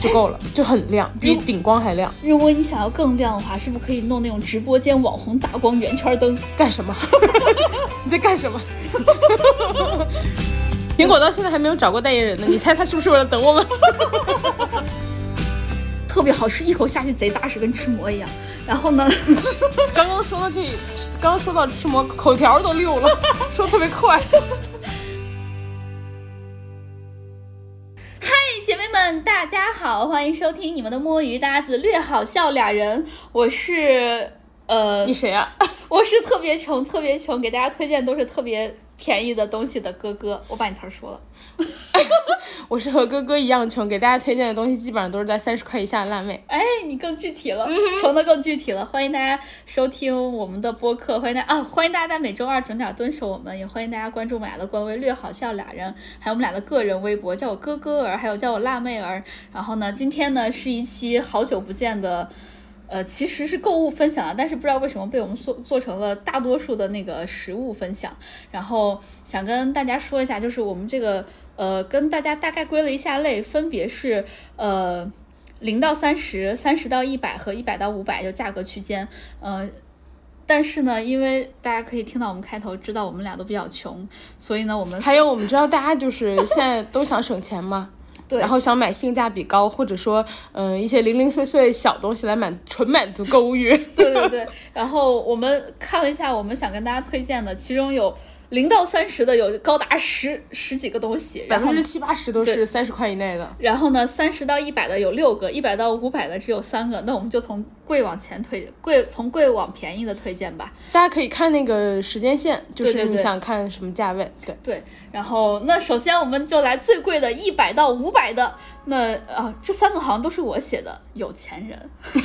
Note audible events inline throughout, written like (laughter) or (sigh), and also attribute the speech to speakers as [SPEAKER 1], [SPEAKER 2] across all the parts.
[SPEAKER 1] 就够了，就很亮，比顶光还亮。
[SPEAKER 2] 如果你想要更亮的话，是不是可以弄那种直播间网红打光圆圈灯？
[SPEAKER 1] 干什么？ (laughs) 你在干什 (laughs) 么？苹果到现在还没有找过代言 (laughs) 人呢，你猜他是不是为了等我们？
[SPEAKER 2] 特别好吃，一口下去贼扎实，跟吃馍一样。然后呢，
[SPEAKER 1] (laughs) 刚刚说到这，刚刚说到吃馍，口条都 (laughs) 溜了，说得特别快。
[SPEAKER 2] 嗨，姐妹们，大家好，欢迎收听你们的摸鱼搭子略好笑俩人，我是
[SPEAKER 1] (laughs)
[SPEAKER 2] 呃
[SPEAKER 1] 你，谁啊？
[SPEAKER 2] 我是特别穷，特别穷，给大家推荐都是特别便宜的东西的哥哥，我把你词儿说了。
[SPEAKER 1] (laughs) 我是和哥哥一样穷，给大家推荐的东西基本上都是在三十块以下的辣妹。
[SPEAKER 2] 哎，你更具体了，穷的更具体了。欢迎大家收听我们的播客，欢迎大啊，欢迎大家在每周二准点蹲守我们，也欢迎大家关注我们俩的官微“略好笑俩人”，还有我们俩的个人微博，叫我哥哥儿，还有叫我辣妹儿。然后呢，今天呢是一期好久不见的。呃，其实是购物分享啊，但是不知道为什么被我们做做成了大多数的那个食物分享。然后想跟大家说一下，就是我们这个呃，跟大家大概归了一下类，分别是呃零到三十、三十到一百和一百到五百，就价格区间。呃，但是呢，因为大家可以听到我们开头知道我们俩都比较穷，所以呢，我们
[SPEAKER 1] 还有，我们知道大家 (laughs) 就是现在都想省钱嘛，
[SPEAKER 2] 对
[SPEAKER 1] 然后想买性价比高，或者说嗯、一些零零碎碎小东西来满纯满足购物欲。
[SPEAKER 2] (laughs) 对对对，然后我们看了一下，我们想跟大家推荐的，其中有零到三十的，有高达十十几个东西，
[SPEAKER 1] 百
[SPEAKER 2] 然后
[SPEAKER 1] 分之七八十都
[SPEAKER 2] 对
[SPEAKER 1] 是三十块以内的。
[SPEAKER 2] 然后呢，三十到一百的有六个，一百到五百的只有三个，那我们就从贵往前推，贵从贵往便宜的推荐吧。
[SPEAKER 1] 大家可以看那个时间线，就
[SPEAKER 2] 对
[SPEAKER 1] 是
[SPEAKER 2] 对对
[SPEAKER 1] 你想看什么价位。对
[SPEAKER 2] 对，然后那首先我们就来最贵的，一百到五百的。那啊，这三个好像都是我写的，有钱人。 (laughs)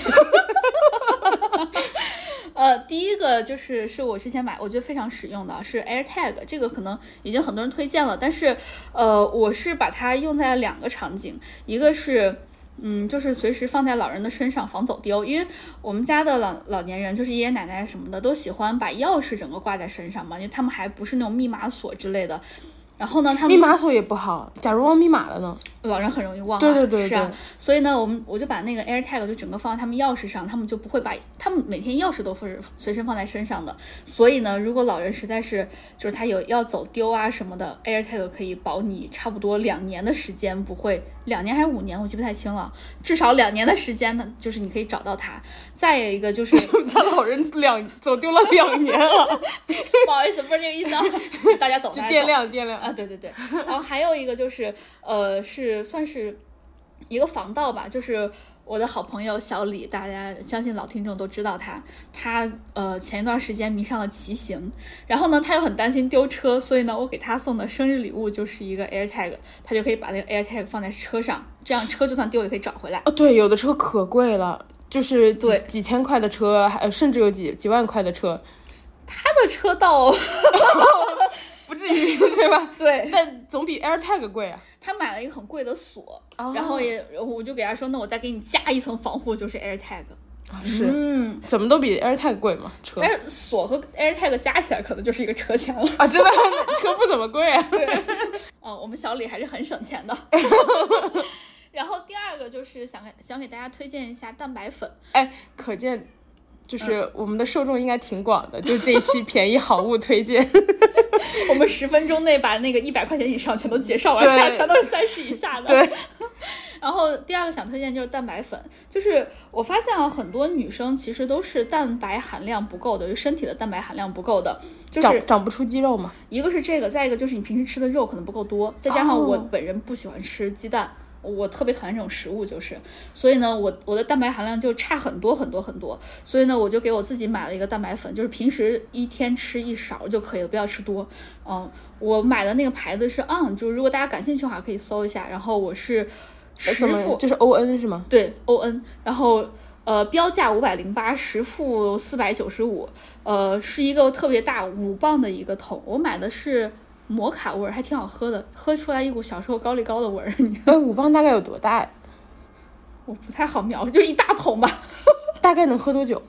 [SPEAKER 2] 呃，第一个就是是我之前买，我觉得非常实用的，啊是 AirTag，这个可能已经很多人推荐了，但是呃，我是把它用在了两个场景，一个是。嗯，就是随时放在老人的身上防走丢，因为我们家的老老年人，就是爷爷奶奶什么的，都喜欢把钥匙整个挂在身上嘛，因为他们还不是那种密码锁之类的。然后呢，他们
[SPEAKER 1] 密码锁也不好，假如忘密码了呢？
[SPEAKER 2] 老人很容易忘、啊，
[SPEAKER 1] 对对对
[SPEAKER 2] 是啊，所以呢，我们我就把那个 AirTag 就整个放在他们钥匙上，他们就不会把他们每天钥匙都是随身放在身上的。所以呢，如果老人实在是就是他有要走丢啊什么的，AirTag 可以保你差不多两年的时间不会，两年还是五年，我记不太清了，至少两年的时间呢，就是你可以找到它。再有一个就是，
[SPEAKER 1] 我们家老人两 (laughs) 走丢了两年 (laughs) 了，
[SPEAKER 2] 不好意思，不是这个意思啊，大家懂，
[SPEAKER 1] 就
[SPEAKER 2] 大家
[SPEAKER 1] 掂
[SPEAKER 2] 懂
[SPEAKER 1] 量掂量。
[SPEAKER 2] 啊，对对对，然后还有一个就是，呃，是算是一个防盗吧，就是我的好朋友小李，大家相信老听众都知道他，他呃前一段时间迷上了骑行，然后呢他又很担心丢车，所以呢我给他送的生日礼物就是一个 AirTag，他就可以把那个 AirTag 放在车上，这样车就算丢了也可以找回来。
[SPEAKER 1] 哦，对，有的车可贵了。就是几
[SPEAKER 2] 对
[SPEAKER 1] 几千块的车，还甚至有几几万块的车，
[SPEAKER 2] 他的车到 (laughs)
[SPEAKER 1] 不至于 (laughs) 是吧？
[SPEAKER 2] 对
[SPEAKER 1] 但总比 AirTag 贵啊。
[SPEAKER 2] 他买了一个很贵的锁，
[SPEAKER 1] 哦
[SPEAKER 2] 然后也我就给他说，那我再给你加一层防护，就是 AirTag。
[SPEAKER 1] 啊是，
[SPEAKER 2] 嗯，
[SPEAKER 1] 怎么都比 AirTag 贵嘛车
[SPEAKER 2] 但是锁和 AirTag 加起来可能就是一个车钱了。
[SPEAKER 1] 啊，真的 (laughs) 车不怎么贵啊。
[SPEAKER 2] 对， (laughs) 嗯，我们小李还是很省钱 (laughs) 的。然后第二个就是想给想给大家推荐一下蛋白粉，
[SPEAKER 1] 哎，可见
[SPEAKER 2] 嗯
[SPEAKER 1] 就是我们的受众应该挺广的，就这一期便宜好物推荐。
[SPEAKER 2] 我们十分钟内把那个一百块钱以上全都介绍完，
[SPEAKER 1] 对
[SPEAKER 2] 剩下全都是三十以下的。
[SPEAKER 1] 对。
[SPEAKER 2] (laughs) 然后第二个想推荐就是蛋白粉，就是我发现啊，很多女生其实都是蛋白含量不够的，就是身体的蛋白含量不够的，就
[SPEAKER 1] (laughs)
[SPEAKER 2] 是
[SPEAKER 1] 长长不出肌肉嘛。
[SPEAKER 2] 一个是这个，再一个就是你平时吃的肉可能不够多，再加上我
[SPEAKER 1] 哦
[SPEAKER 2] 本人不喜欢吃鸡蛋，我特别讨厌这种食物，就是，所以呢，我我的蛋白含量就差很多很多很多，所以呢，我就给我自己买了一个蛋白粉，就是平时一天吃一勺就可以了，不要吃多。嗯，我买的那个牌子是 On，就是如果大家感兴趣的话可以搜一下，然后我是
[SPEAKER 1] 什
[SPEAKER 2] 十
[SPEAKER 1] 呃么
[SPEAKER 2] 副
[SPEAKER 1] 就是 O N 是吗？
[SPEAKER 2] 对 O N，然后呃标价五百零八，实付四百九十五，呃是一个特别大五磅的一个桶，我买的是摩卡味儿，还挺好喝的，喝出来一股小时候高丽高的味儿， (laughs)
[SPEAKER 1] 哎，五磅大概有多大呀？
[SPEAKER 2] 我不太好描，就一大桶吧。
[SPEAKER 1] 大概能喝多久？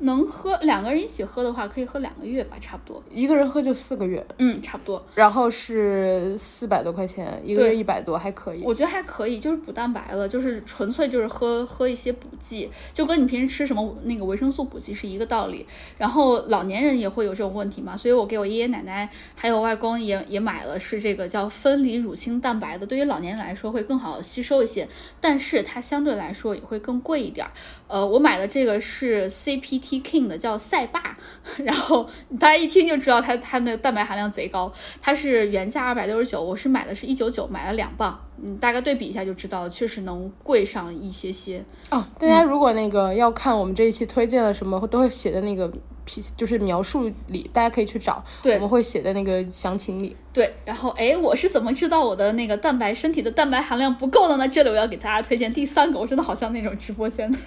[SPEAKER 2] 能喝两个人一起喝的话，可以喝两个月吧，差不多。
[SPEAKER 1] 一个人喝就四个月，
[SPEAKER 2] 嗯，差不多。
[SPEAKER 1] 然后是四百多块钱，一个
[SPEAKER 2] 对
[SPEAKER 1] 月一百多，还可以。
[SPEAKER 2] 我觉得还可以，就是补蛋白了，就是纯粹就是喝喝一些补剂，就跟你平时吃什么那个维生素补剂是一个道理。然后老年人也会有这种问题嘛，所以我给我爷爷奶奶还有外公也也买了是这个叫分离乳清蛋白的，对于老年人来说会更好吸收一些，但是它相对来说也会更贵一点儿。呃，我买的这个是 CPT King 的，叫赛霸，然后大家一听就知道它它那蛋白含量贼高，它是原价二百六十九，我是买的是一九九，买了两磅，嗯，大概对比一下就知道了，确实能贵上一些些。
[SPEAKER 1] 哦，大家如果那个要看我们这一期推荐了什么，都会写在那个批就是描述里，大家可以去找，
[SPEAKER 2] 对
[SPEAKER 1] 我们会写在那个详情里。
[SPEAKER 2] 对，然后哎，我是怎么知道我的那个蛋白身体的蛋白含量不够的呢？这里我要给大家推荐第三个，我真的好像那种直播
[SPEAKER 1] (laughs)
[SPEAKER 2] 间的。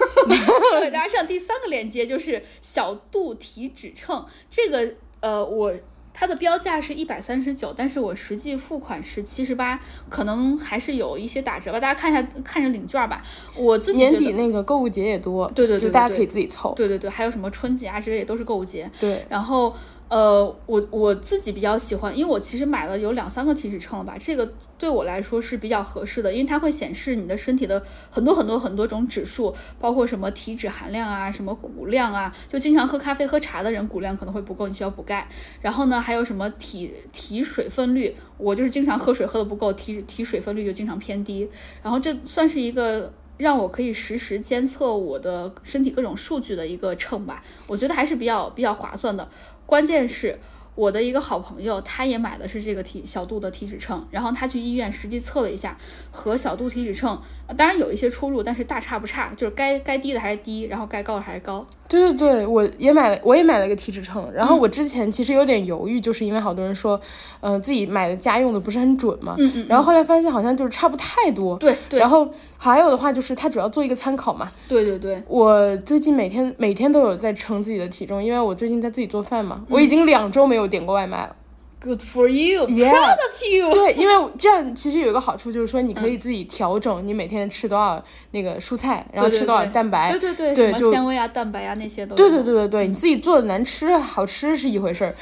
[SPEAKER 2] 对大家上第三个链接就是小肚体脂秤，这个呃我。它的标价是一百三十九，但是我实际付款是七十八，可能还是有一些打折吧。大家看一下，看着领券吧。我自己觉
[SPEAKER 1] 年
[SPEAKER 2] 得
[SPEAKER 1] 底那个购物节也多，
[SPEAKER 2] 对对对
[SPEAKER 1] 就大家
[SPEAKER 2] 对
[SPEAKER 1] 可以自己凑。
[SPEAKER 2] 对对对，还有什么春节啊之类也都是购物节。
[SPEAKER 1] 对，
[SPEAKER 2] 然后呃，我我自己比较喜欢，因为我其实买了有两三个体脂秤了吧，这个对我来说是比较合适的，因为它会显示你的身体的很多很多很多种指数，包括什么体脂含量啊，什么骨量啊，就经常喝咖啡喝茶的人骨量可能会不够，你需要补钙。然后呢，还有什么体体水分率，我就是经常喝水喝的不够，体体水分率就经常偏低。然后这算是一个。让我可以实时监测我的身体各种数据的一个秤吧，我觉得还是比较比较划算的。关键是我的一个好朋友，他也买的是这个体小度的体脂秤，然后他去医院实际测了一下，和小度体脂秤，呃当然有一些出入，但是大差不差，就是该该低的还是低，然后该高的还是高。
[SPEAKER 1] 对对对，我也买了，我也买了个体脂秤。然
[SPEAKER 2] 嗯
[SPEAKER 1] 后我之前其实有点犹豫，就是因为好多人说，嗯、自己买的家用的不是很准嘛。
[SPEAKER 2] 嗯嗯，
[SPEAKER 1] 然后后来发现好像就是差不太多。
[SPEAKER 2] 对对
[SPEAKER 1] 然后还有的话就是它主要做一个参考嘛。
[SPEAKER 2] 对对对，
[SPEAKER 1] 我最近每天每天都有在称自己的体重，因为我最近在自己做饭嘛，我
[SPEAKER 2] 嗯
[SPEAKER 1] 已经两周没有点过外卖了。 (laughs)
[SPEAKER 2] Good for you,
[SPEAKER 1] Yeah.
[SPEAKER 2] proud of you。
[SPEAKER 1] 对，因为这样其实有一个好处就是说，你
[SPEAKER 2] 嗯
[SPEAKER 1] 可以自己调整你每天吃多少那个蔬菜，然后
[SPEAKER 2] 对对
[SPEAKER 1] 吃多少
[SPEAKER 2] 对
[SPEAKER 1] 蛋白。
[SPEAKER 2] 对对对，
[SPEAKER 1] 对
[SPEAKER 2] 什么
[SPEAKER 1] 就
[SPEAKER 2] 纤维啊、蛋白啊那些都
[SPEAKER 1] 对
[SPEAKER 2] 有。
[SPEAKER 1] 对对对对，你自己做的难吃好吃是一回事 (laughs) 儿，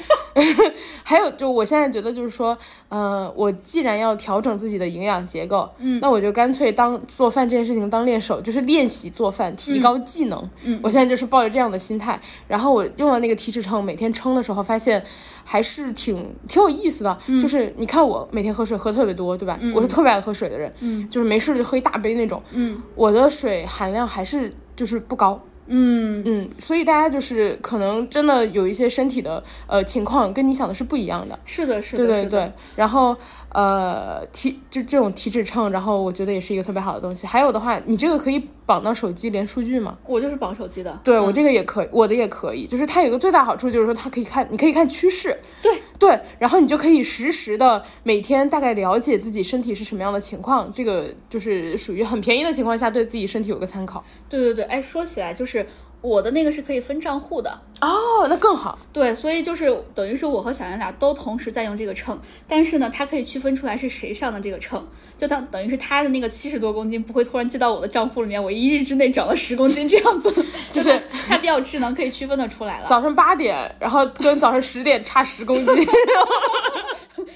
[SPEAKER 1] 还有就我现在觉得就是说，呃，我既然要调整自己的营养结构，嗯，那我就干脆当做饭这件事情当练手，就是练习做饭，提高技能。嗯，我现在就是抱着这样的心态，然后我用了那个体脂秤，每天称的时候发现还是挺挺有意思的，就是你看我每天喝水喝特别多，对吧？我是特别爱喝水的人，嗯，就是没事就喝一大杯那种，嗯，我的水含量还是就是不高。嗯，所以大家就是可能真的有一些身体的呃情况跟你想的是不一样的，
[SPEAKER 2] 是的，是的，
[SPEAKER 1] 对对
[SPEAKER 2] 是的
[SPEAKER 1] 对。然后呃体就这种体脂秤，然后我觉得也是一个特别好的东西。还有的话，你这个可以绑到手机连数据嘛？嗯
[SPEAKER 2] 我就是绑手机的。
[SPEAKER 1] 对、我这个也可以，我的也可以。就是它有一个最大好处就是说它可以看，你可以看趋势，
[SPEAKER 2] 对
[SPEAKER 1] 对，然后你就可以实时的每天大概了解自己身体是什么样的情况，这个就是属于很便宜的情况下对自己身体有个参考。
[SPEAKER 2] 对对对，哎，说起来就是我的那个是可以分账户的，
[SPEAKER 1] 哦，那更好。
[SPEAKER 2] 对，所以就是等于是我和小圆脸都同时在用这个秤，但是呢，它可以区分出来是谁上的这个秤，就当等于是他的那个七十多公斤不会突然记到我的账户里面，我一日之内长了十公斤这样子， (laughs) 就是它比较智能，可以区分的出来了。
[SPEAKER 1] 早上八点，然后跟早上十点差十 (laughs) 公斤。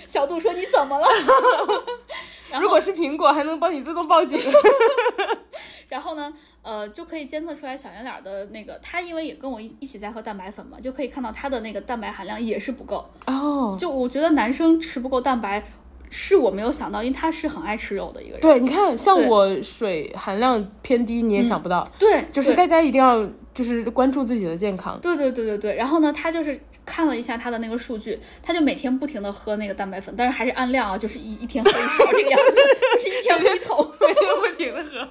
[SPEAKER 2] 小杜说你怎么了？
[SPEAKER 1] 如果是苹果，还能帮你自动报 (laughs) 警。
[SPEAKER 2] 然后呢，呃，就可以监测出来小圆脸儿的那个，他因为也跟我一一起在喝蛋白粉嘛，就可以看到他的那个蛋白含量也是不够。
[SPEAKER 1] 哦，
[SPEAKER 2] 就我觉得男生吃不够蛋白，是我没有想到，因为他是很爱吃肉的一个人。
[SPEAKER 1] 对，你嗯看，像
[SPEAKER 2] 对
[SPEAKER 1] 我水含量偏低，你也想不到，
[SPEAKER 2] 对，
[SPEAKER 1] 就是
[SPEAKER 2] 对
[SPEAKER 1] 大家一定要就是关注自己的健康。
[SPEAKER 2] 对对对对对。然后呢，他就是看了一下他的那个数据，他就每天不停的喝那个蛋白粉，但是还是按量啊，就是一一天喝一勺这个样子， (laughs) 不是一天喝一桶，
[SPEAKER 1] (laughs)
[SPEAKER 2] (laughs)
[SPEAKER 1] 不停的喝。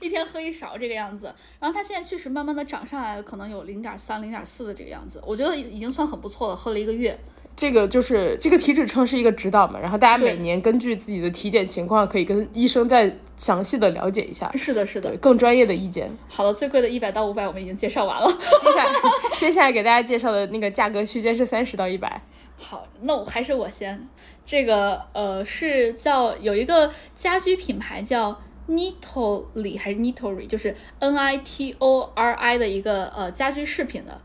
[SPEAKER 2] 一天喝一勺这个样子。然后他现在确实慢慢的涨上来了，可能有零点三、零点四的这个样子，我觉得已经算很不错了，喝了一个月。
[SPEAKER 1] (laughs) 这个就是这个体脂秤是一个指导嘛，然后大家
[SPEAKER 2] 对
[SPEAKER 1] 每年根据自己的体检情况，可以跟医生再详细的了解一下，
[SPEAKER 2] 啊是的，是的
[SPEAKER 1] 对。更专业的意 (laughs) 见。
[SPEAKER 2] 好了，最贵的一百到五百我们已经介绍完了。 (laughs)
[SPEAKER 1] 接下来接下来给大家介绍的那个价格区间是三十到一百。
[SPEAKER 2] 好，那我还是我先。这个呃是叫有一个家居品牌叫 Nitori 还是 Nitori，就是 N I T O R I 的一个呃家居饰品的，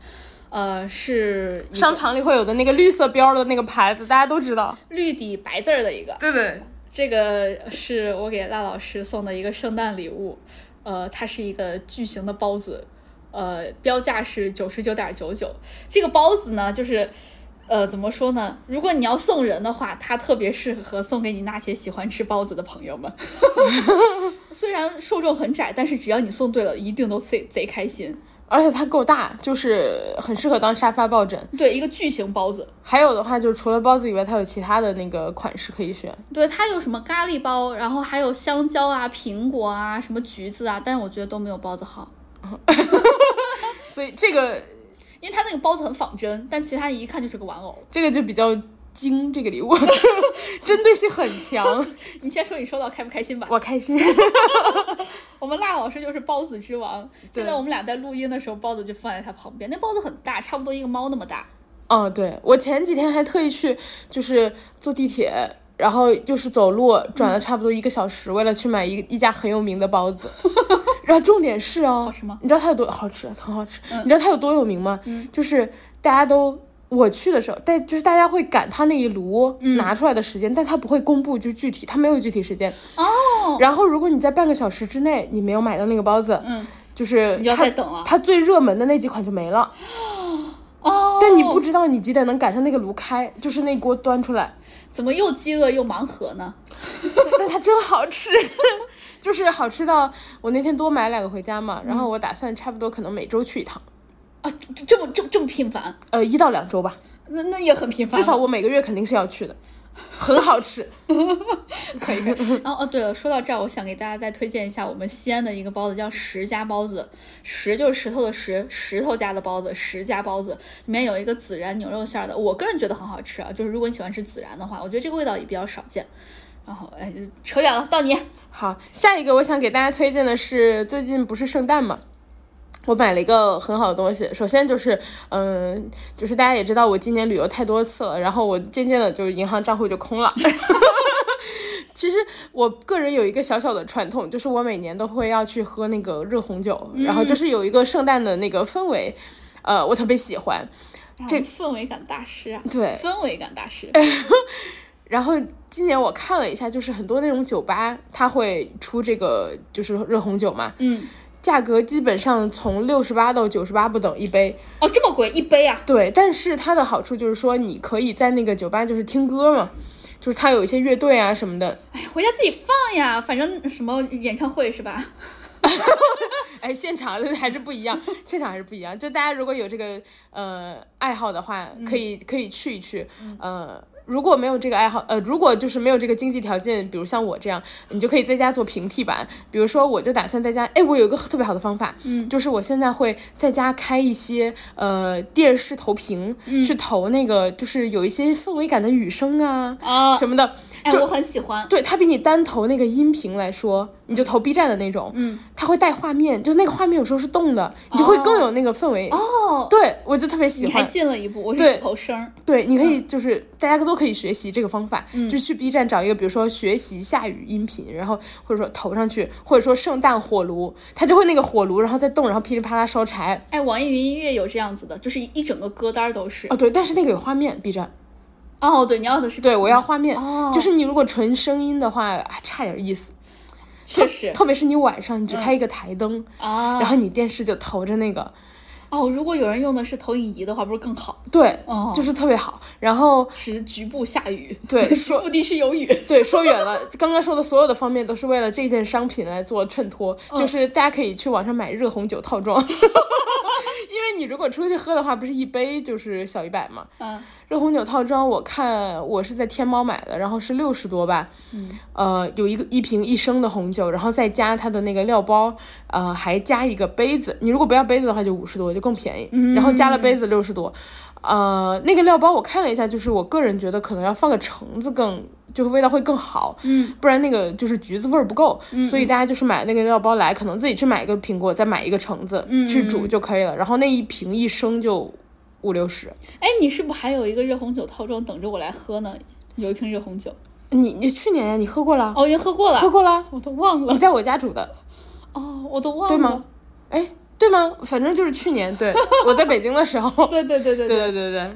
[SPEAKER 2] 呃是一个
[SPEAKER 1] 商场里会有的那个绿色标的那个牌子，大家都知道。
[SPEAKER 2] 绿底白字儿的一个。
[SPEAKER 1] 对对，
[SPEAKER 2] 这个是我给辣老师送的一个圣诞礼物，呃，它是一个巨型的包子，呃，标价是九十九点九九。这个包子呢，就是。呃，怎么说呢？如果你要送人的话，它特别适合送给你那些喜欢吃包子的朋友们。 (laughs) 虽然受众很窄，但是只要你送对了，一定都贼贼开心。
[SPEAKER 1] 而且它够大，就是很适合当沙发抱枕。
[SPEAKER 2] 对，一个巨型包子，
[SPEAKER 1] 还有的话，就是除了包子以外，它有其他的那个款式可以选。
[SPEAKER 2] 对，它有什么咖喱包，然后还有香蕉啊、苹果啊、什么橘子啊，但是我觉得都没有包子好，
[SPEAKER 1] 所以这个
[SPEAKER 2] 因为它那个包子很仿真，但其他一看就是个玩偶。
[SPEAKER 1] 这个就比较精，这个礼物 (laughs) 针对性很强。
[SPEAKER 2] 你先说你收到开不开心吧。
[SPEAKER 1] 我开心，
[SPEAKER 2] 我们辣老师就是包子之王，现在我们俩在录音的时候，包子就放在他旁边，那包子很大，差不多一个猫那么大。
[SPEAKER 1] 嗯，对我前几天还特意去，就是坐地铁，然后就是走路转了差不多一个小时，为了去买一一家很有名的包
[SPEAKER 2] (laughs)
[SPEAKER 1] 子。然后重点是哦，
[SPEAKER 2] 好吃吗嗯
[SPEAKER 1] 你知道它有多好吃，很好吃。你知道它有多有名吗？就是大家都。我去的时候，但就是大家会赶它那一炉
[SPEAKER 2] 嗯
[SPEAKER 1] 拿出来的时间，但它不会公布就具体，它没有具体时间。
[SPEAKER 2] 哦，
[SPEAKER 1] 然后如果你在半个小时之内你没有买到那个包子，
[SPEAKER 2] 嗯，
[SPEAKER 1] 就是
[SPEAKER 2] 你就要
[SPEAKER 1] 它
[SPEAKER 2] 再等了
[SPEAKER 1] 它最热门的那几款就没了，
[SPEAKER 2] 哦，
[SPEAKER 1] 但你不知道你几点能赶上那个炉开，就是那锅端出来。
[SPEAKER 2] 怎么又饥饿又盲盒呢？
[SPEAKER 1] 对但它真好吃， (laughs) 就是好吃到我那天多买两个回家嘛，然后我打算差不多可能每周去一趟，
[SPEAKER 2] 啊，这这么这么这么频繁，
[SPEAKER 1] 呃，一到两周吧，
[SPEAKER 2] 那那也很频繁
[SPEAKER 1] 至少我每个月肯定是要去的，很好吃。
[SPEAKER 2] 可以。 (laughs) 然后哦，对了，说到这儿，我想给大家再推荐一下我们西安的一个包子，叫石家包子。石就是石头的石，石头家的包子，石家包子里面有一个孜然牛肉馅儿的，我个人觉得很好吃啊。就是如果你喜欢吃孜然的话，我觉得这个味道也比较少见。然后哎，扯远了，到你。
[SPEAKER 1] 好，下一个我想给大家推荐的是，最近不是圣诞嘛，我买了一个很好的东西。首先就是，嗯、就是大家也知道我今年旅游太多次了，然后我渐渐的就银行账户就空了。 (laughs) 其实我个人有一个小小的传统，就是我每年都会要去喝那个热红酒，然后就是有一个圣诞的那个氛围，呃，我特别喜欢。
[SPEAKER 2] 这氛围感大师啊，
[SPEAKER 1] 对
[SPEAKER 2] 氛围感大师。
[SPEAKER 1] 然后今年我看了一下，就是很多那种酒吧，它会出这个就是热红酒嘛，
[SPEAKER 2] 嗯，
[SPEAKER 1] 价格基本上从六十八到九十八不等一杯。
[SPEAKER 2] 哦，这么贵一杯啊？
[SPEAKER 1] 对，但是它的好处就是说，你可以在那个酒吧就是听歌嘛，就是它有一些乐队啊什么的。
[SPEAKER 2] 哎，回家自己放呀，反正什么演唱会是吧？
[SPEAKER 1] 哎，现场 (laughs) 还是不一样，现场还是不一样。就大家如果有这个呃爱好的话，可以
[SPEAKER 2] 嗯
[SPEAKER 1] 可以去一去。呃，如果没有这个爱好，呃，如果就是没有这个经济条件，比如像我这样，你就可以在家做平替版。比如说，我就打算在家，哎，我有一个特别好的方法，嗯，就是我现在会在家开一些呃电视投屏，
[SPEAKER 2] 嗯
[SPEAKER 1] 去投那个就是有一些氛围感的雨声啊、
[SPEAKER 2] 啊、
[SPEAKER 1] 什么的。
[SPEAKER 2] 哎，
[SPEAKER 1] 就
[SPEAKER 2] 我很喜欢。
[SPEAKER 1] 对，它比你单投那个音频来说，你就投 B 站的那种，嗯，它会带画面，就那个画面有时候是动的，你就会更有那个氛围。
[SPEAKER 2] 哦，
[SPEAKER 1] 对，我就特别喜
[SPEAKER 2] 你还嗯
[SPEAKER 1] 欢。
[SPEAKER 2] 进了一步，我
[SPEAKER 1] 对
[SPEAKER 2] 是头声儿。
[SPEAKER 1] 对，你可以就是、大家都可以学习这个方法，
[SPEAKER 2] 嗯
[SPEAKER 1] 就去 B 站找一个，比如说学习下雨音频，然后或者说投上去，或者说圣诞火炉，它就会那个火炉然后再动，然后噼里啪啦烧柴。
[SPEAKER 2] 哎，网易云音乐有这样子的，就是一一整个歌单都是。
[SPEAKER 1] 哦，对，但是那个有画面，B 站。
[SPEAKER 2] 哦，对，你要的是
[SPEAKER 1] 对，我要画面，
[SPEAKER 2] 哦
[SPEAKER 1] 就是你如果纯声音的话，还差点意思。
[SPEAKER 2] 确实嗯
[SPEAKER 1] 特别是你晚上，你只开一个台灯，
[SPEAKER 2] 啊。
[SPEAKER 1] 然后你电视就投着那个，
[SPEAKER 2] 哦，如果有人用的是投影仪的话，不是更好？
[SPEAKER 1] 对，
[SPEAKER 2] 哦
[SPEAKER 1] 就是特别好。然后
[SPEAKER 2] 是局部下雨，
[SPEAKER 1] 对
[SPEAKER 2] (laughs) 局
[SPEAKER 1] 说
[SPEAKER 2] 部地区有雨。
[SPEAKER 1] 对，说远了，刚刚说的所有的方面都是为了这件商品来做衬托，就是大家可以去网上买热红酒套装。 (laughs) 因为你如果出去喝的话，不是一杯就是小一百嘛。
[SPEAKER 2] 嗯，
[SPEAKER 1] 热红酒套装，我看我是在天猫买的，然后是六十多吧。嗯，呃，有一个一瓶一升的红酒，然后再加它的那个料包，呃，还加一个杯子。你如果不要杯子的话，就五十多，就更便宜。嗯，然后加了杯子六十多。呃，那个料包我看了一下，就是我个人觉得可能要放个橙子更，就是味道会更好。嗯，不然那个就是橘子味儿不够。所以大家就是买那个料包来，可能自己去买一个苹果，再买一个橙子、去煮就可以了。然后那一瓶一升就五六十。
[SPEAKER 2] 哎，你是不是还有一个热红酒套装等着我来喝呢？有一瓶热红酒，
[SPEAKER 1] 你你去年呀，你喝过了，
[SPEAKER 2] 哦，已经喝过了
[SPEAKER 1] 喝，过了，
[SPEAKER 2] 我都忘了
[SPEAKER 1] 你，在我家煮的，
[SPEAKER 2] 哦，我都忘了，
[SPEAKER 1] 对吗？哎，对吗？反正就是去年，
[SPEAKER 2] (laughs)
[SPEAKER 1] 对我在北京的时候，
[SPEAKER 2] 对对对对
[SPEAKER 1] 对对
[SPEAKER 2] 对，
[SPEAKER 1] 对对。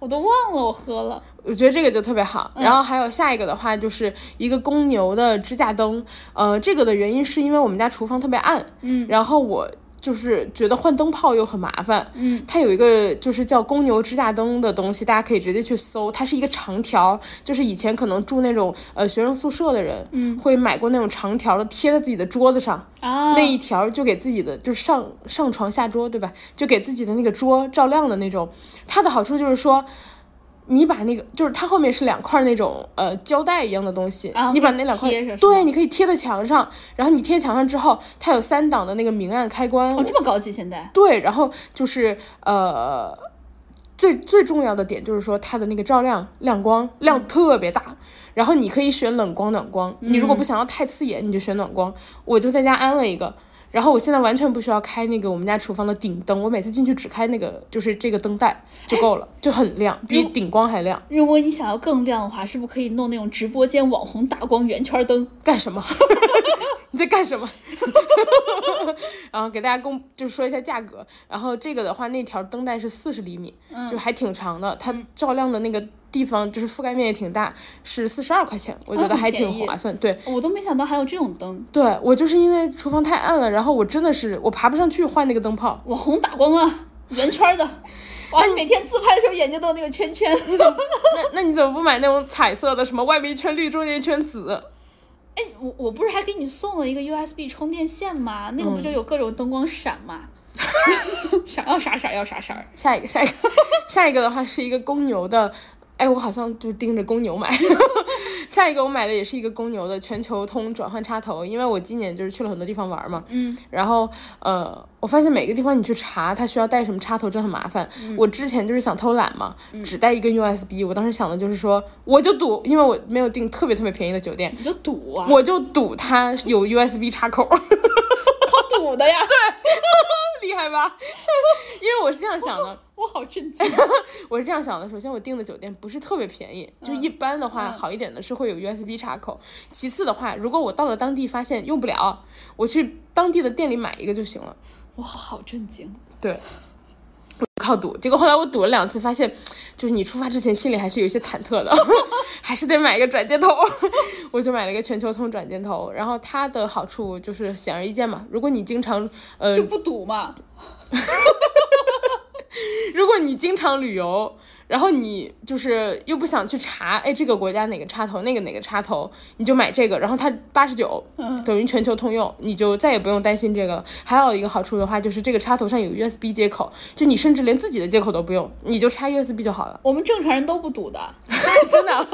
[SPEAKER 2] 我都忘了我喝了，
[SPEAKER 1] 我觉得这个就特别好，
[SPEAKER 2] 嗯
[SPEAKER 1] 然后还有下一个的话，就是一个公牛的支架灯，呃，这个的原因是因为我们家厨房特别暗，
[SPEAKER 2] 嗯，
[SPEAKER 1] 然后我就是觉得换灯泡又很麻烦，
[SPEAKER 2] 嗯，
[SPEAKER 1] 它有一个就是叫公牛支架灯的东西，大家可以直接去搜，它是一个长条，就是以前可能住那种呃学生宿舍的人，嗯，会买过那种长条的，贴在自己的桌子上，
[SPEAKER 2] 啊
[SPEAKER 1] 那一条就给自己的就是上上床下桌，对吧？就给自己的那个桌照亮的那种。它的好处就是说，你把那个就是它后面是两块那种呃胶带一样的东西，
[SPEAKER 2] 啊
[SPEAKER 1] 你把
[SPEAKER 2] 可以
[SPEAKER 1] 那两块
[SPEAKER 2] 贴着是吗
[SPEAKER 1] 对，你可以贴在墙上。然后你贴墙上之后，它有三档的那个明暗开关。
[SPEAKER 2] 哦，这么高级现在，
[SPEAKER 1] 对，然后就是呃。最最重要的点就是说，它的那个照亮亮光量特别大，然后你可以选冷光、暖光。你如果不想要太刺眼，你就选暖光。我就在家安了一个，然后我现在完全不需要开那个我们家厨房的顶灯，我每次进去只开那个就是这个灯带就够了，就很亮，比顶光还亮。
[SPEAKER 2] 如果你想要更亮的话，是不是可以弄那种直播间网红打光圆圈灯？
[SPEAKER 1] 干什么？ (laughs) 你在干什么？ (laughs) 然后给大家公就是说一下价格，然后这个的话，那条灯带是四十厘米，
[SPEAKER 2] 嗯
[SPEAKER 1] 就还挺长的，它照亮的那个地方就是覆盖面也挺大，是四十二块钱，我觉得
[SPEAKER 2] 哦很
[SPEAKER 1] 还
[SPEAKER 2] 便
[SPEAKER 1] 挺
[SPEAKER 2] 宜
[SPEAKER 1] 划算。对，
[SPEAKER 2] 哦我都没想到还有这种灯，
[SPEAKER 1] 对我就是因为厨房太暗了，然后我真的是我爬不上去换那个灯泡，
[SPEAKER 2] 网红打光啊，圆圈的。哇，你每天自拍的时候眼睛都有那个圈圈。
[SPEAKER 1] 那那你怎么不买那种彩色的，什么外面一圈绿，中间一圈紫？
[SPEAKER 2] 哎，我我不是还给你送了一个 USB 充电线吗？那个不就有各种灯光闪吗？想要啥色儿要啥色儿。
[SPEAKER 1] 下一个，下一个，下一个的话是一个公牛的，哎，我好像就盯着公牛买。 (laughs) 下一个我买的也是一个公牛的全球通转换插头，因为我今年就是去了很多地方玩嘛，
[SPEAKER 2] 嗯，
[SPEAKER 1] 然后呃，我发现每个地方你去查它需要带什么插头，真的很麻烦。我之前就是想偷懒嘛，只带一根 USB，我当时想的就是说，我就赌，因为我没有订特别特别便宜的酒店，
[SPEAKER 2] 你就赌啊，
[SPEAKER 1] 我就赌它有 USB 插口。
[SPEAKER 2] 靠赌的呀。对，
[SPEAKER 1] (laughs) 厉害吧？ (laughs) 因为我是这样想的，
[SPEAKER 2] 我好震惊。
[SPEAKER 1] 我是这样想的。首先，我订的酒店不是特别便宜，就一般的话，好一点的是会有 USB 插口。其次的话，如果我到了当地发现用不了，我去当地的店里买一个就行了。
[SPEAKER 2] 我好震惊。
[SPEAKER 1] 对。靠赌，结果后来我赌了两次，发现就是你出发之前心里还是有一些忐忑的， (laughs) 还是得买一个转接头。 (laughs) 我就买了一个全球通转接头，然后它的好处就是显而易见嘛。如果你经常呃
[SPEAKER 2] 就不赌嘛，
[SPEAKER 1] 如果你经常旅游，然后你就是又不想去查，哎，这个国家哪个插头，那个哪个插头，你就买这个，然后它八十九，等于全球通用，你就再也不用担心这个了。还有一个好处的话，就是这个插头上有 USB 接口，就你甚至连自己的接口都不用，你就插 USB 就好了。
[SPEAKER 2] 我们正常人都不赌的。
[SPEAKER 1] 真的，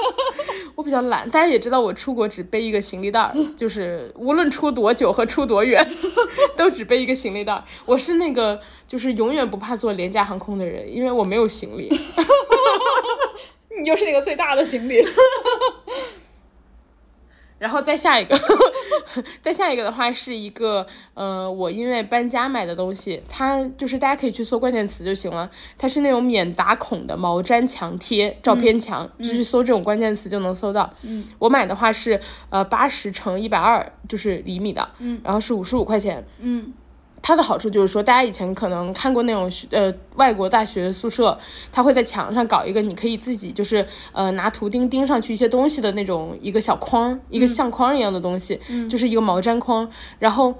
[SPEAKER 1] 我比较懒，大家也知道我出国只背一个行李袋儿，就是无论出多久和出多远， (laughs) 都只背一个行李袋儿。我是那个就是永远不怕坐廉价航空的人，因为我没有行李。 (laughs)
[SPEAKER 2] 你就是那个最大的行李。
[SPEAKER 1] (laughs) 然后再下一个， (laughs) 再下一个的话是一个，呃，我因为搬家买的东西，它就是大家可以去搜关键词就行了。它是那种免打孔的毛毡墙贴、照片墙，就去搜这种关键词就能搜到。嗯，我买的话是呃八十乘一百二，就是厘米的，嗯，然后是五十五块钱，
[SPEAKER 2] 嗯，
[SPEAKER 1] 它的好处就是说，大家以前可能看过那种学呃外国大学宿舍，它会在墙上搞一个你可以自己就是呃拿图钉钉上去一些东西的那种一个小框儿，一个相框儿一样的东西，就是一个毛毡框。然后，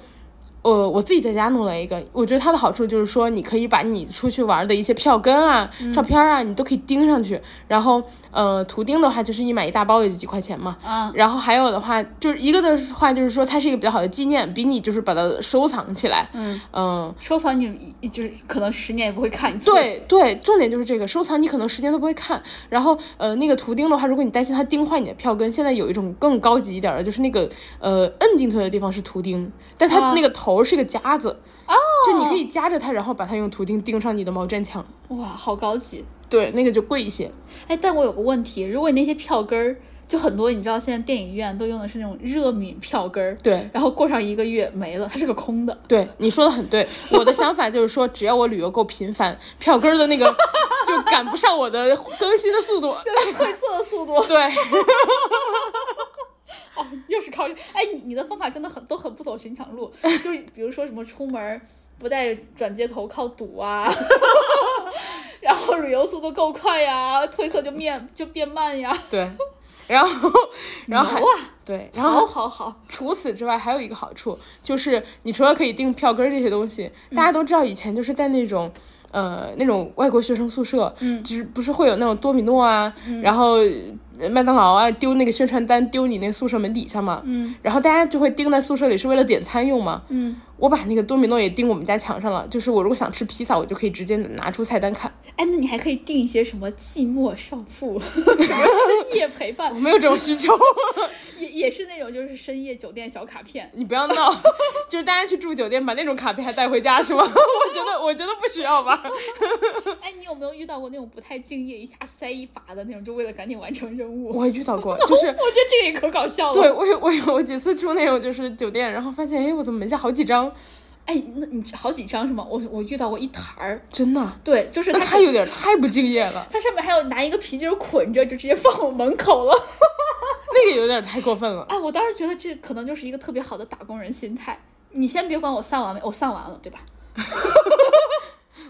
[SPEAKER 1] 呃，我自己在家弄了一个，我觉得它的好处就是说，你可以把你出去玩的一些票根啊、照片啊，你都可以钉上去。然后，呃，图钉的话就是一买一大包也就几块钱嘛，
[SPEAKER 2] 啊，
[SPEAKER 1] 然后还有的话，就是一个的话，就是说它是一个比较好的纪念，比你就是把它收藏起来。
[SPEAKER 2] 嗯
[SPEAKER 1] 嗯，
[SPEAKER 2] 收藏你你就是可能十年也不会看一次。，
[SPEAKER 1] 对对，重点就是这个收藏，你可能十年都不会看。然后呃，那个图钉的话，如果你担心它钉坏你的票根，现在有一种更高级一点的，就是那个呃摁进去的地方是图钉，但它
[SPEAKER 2] 啊
[SPEAKER 1] 那个头是个夹子，就你可以夹着它，然后把它用图钉钉上你的毛毡墙。
[SPEAKER 2] 哇，好高级。
[SPEAKER 1] 对，那个就贵一些。
[SPEAKER 2] 哎，但我有个问题，如果你那些票根儿，就很多，你知道现在电影院都用的是那种热敏票根儿，
[SPEAKER 1] 对
[SPEAKER 2] 然后过上一个月没了，它是个空的。 (laughs)
[SPEAKER 1] 对，你说的很对。我的想法就是说，只要我旅游够频繁，票根儿的那个就就赶不上我的更新的速度。 (laughs)
[SPEAKER 2] 对，褪色的速度。
[SPEAKER 1] 对，
[SPEAKER 2] 哦，又是靠这，哎，你你的方法真的很都很不走寻常路，就是比如说什么出门不带转接头靠堵啊， (laughs) 然后旅游速度够快呀，褪色就变就变慢呀，
[SPEAKER 1] 对，然后然后还
[SPEAKER 2] 牛啊
[SPEAKER 1] 对，然后
[SPEAKER 2] 好好好，
[SPEAKER 1] 除此之外还有一个好处就是，你除了可以订票根儿这些东西，大家都知道以前就是在那种。呃，那种外国学生宿舍，嗯，就是不是会有那种多米诺啊，然后呃麦当劳啊，丢那个宣传单丢你那宿舍门底下嘛，嗯，然后大家就会盯在宿舍里是为了点餐用嘛，
[SPEAKER 2] 嗯，
[SPEAKER 1] 我把那个多米诺也钉我们家墙上了，就是我如果想吃披萨，我就可以直接拿出菜单看，
[SPEAKER 2] 哎，那你还可以定一些什么寂寞少妇， (laughs) 什么深夜陪伴
[SPEAKER 1] 我，没有这种需求， (laughs)
[SPEAKER 2] 也也是那种就是深夜酒店小卡片。
[SPEAKER 1] 你不要闹， (laughs) 就是大家去住酒店把那种卡片还带回家是吗？ (laughs) 我觉得我觉得不需要吧。
[SPEAKER 2] 哎，你有没有遇到过那种不太敬业，一下塞一把的那种，就为了赶紧完成任务？ (laughs)
[SPEAKER 1] 我遇到过， (laughs) 就是
[SPEAKER 2] 我觉得这个也可搞笑了。
[SPEAKER 1] 对，我有我有我几次住那种就是酒店，然后发现哎我怎么门下好几张，
[SPEAKER 2] 哎，那你好几张是吗？我我遇到过一坛儿，
[SPEAKER 1] 真的，
[SPEAKER 2] 对，就是
[SPEAKER 1] 那
[SPEAKER 2] 它
[SPEAKER 1] 他有点太不敬业了，
[SPEAKER 2] 它上面还有拿一个皮筋儿捆着，就直接放我门口了。
[SPEAKER 1] 那个有点太过分了。
[SPEAKER 2] 哎，我当时觉得这可能就是一个特别好的打工人心态。你先别管我散完没，我散完了，对吧？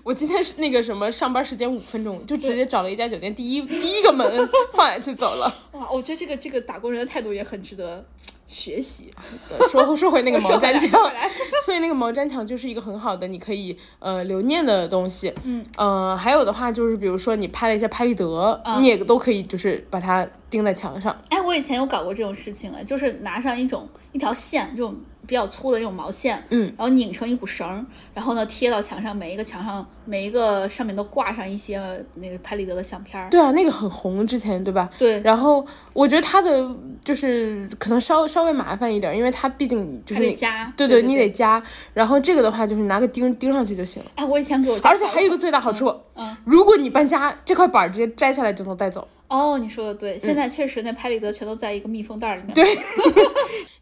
[SPEAKER 1] 我今天是那个什么上班时间五分钟，就直接找了一家酒店第一第一个门放下去走了。
[SPEAKER 2] 哇，我觉得这个这个打工人的态度也很值得学习。
[SPEAKER 1] 对说说 (laughs) 回那个毛
[SPEAKER 2] (laughs) 说回
[SPEAKER 1] 毡
[SPEAKER 2] 来说回
[SPEAKER 1] 墙，
[SPEAKER 2] 来
[SPEAKER 1] (laughs) 所以那个毛毡墙就是一个很好的你可以呃留念的东西。嗯，呃，还有的话就是比如说你拍了一些拍立得，
[SPEAKER 2] 嗯
[SPEAKER 1] 你也都可以就是把它钉在墙上。
[SPEAKER 2] 哎，我以前有搞过这种事情哎，就是拿上一种一条线，这种比较粗的那种毛线，
[SPEAKER 1] 嗯，
[SPEAKER 2] 然后拧成一股绳儿，然后呢贴到墙上，每一个墙上每一个上面都挂上一些那个拍立得的相片儿。
[SPEAKER 1] 对啊，那个很红，之前对吧？
[SPEAKER 2] 对，
[SPEAKER 1] 然后我觉得它的就是可能稍稍微麻烦一点，因为它毕竟就
[SPEAKER 2] 还
[SPEAKER 1] 是你
[SPEAKER 2] 得加，
[SPEAKER 1] 对
[SPEAKER 2] 对
[SPEAKER 1] 你得加。然后这个的话就是拿个钉钉上去就行了。
[SPEAKER 2] 哎，我以前给我家
[SPEAKER 1] 而且
[SPEAKER 2] 搞
[SPEAKER 1] 还有一个最大好处，
[SPEAKER 2] 嗯
[SPEAKER 1] 如果你搬家，这块板儿直接摘下来就能带走。
[SPEAKER 2] 哦，你说的对，
[SPEAKER 1] 嗯
[SPEAKER 2] 现在确实那拍立得全都在一个密封袋儿里面。对，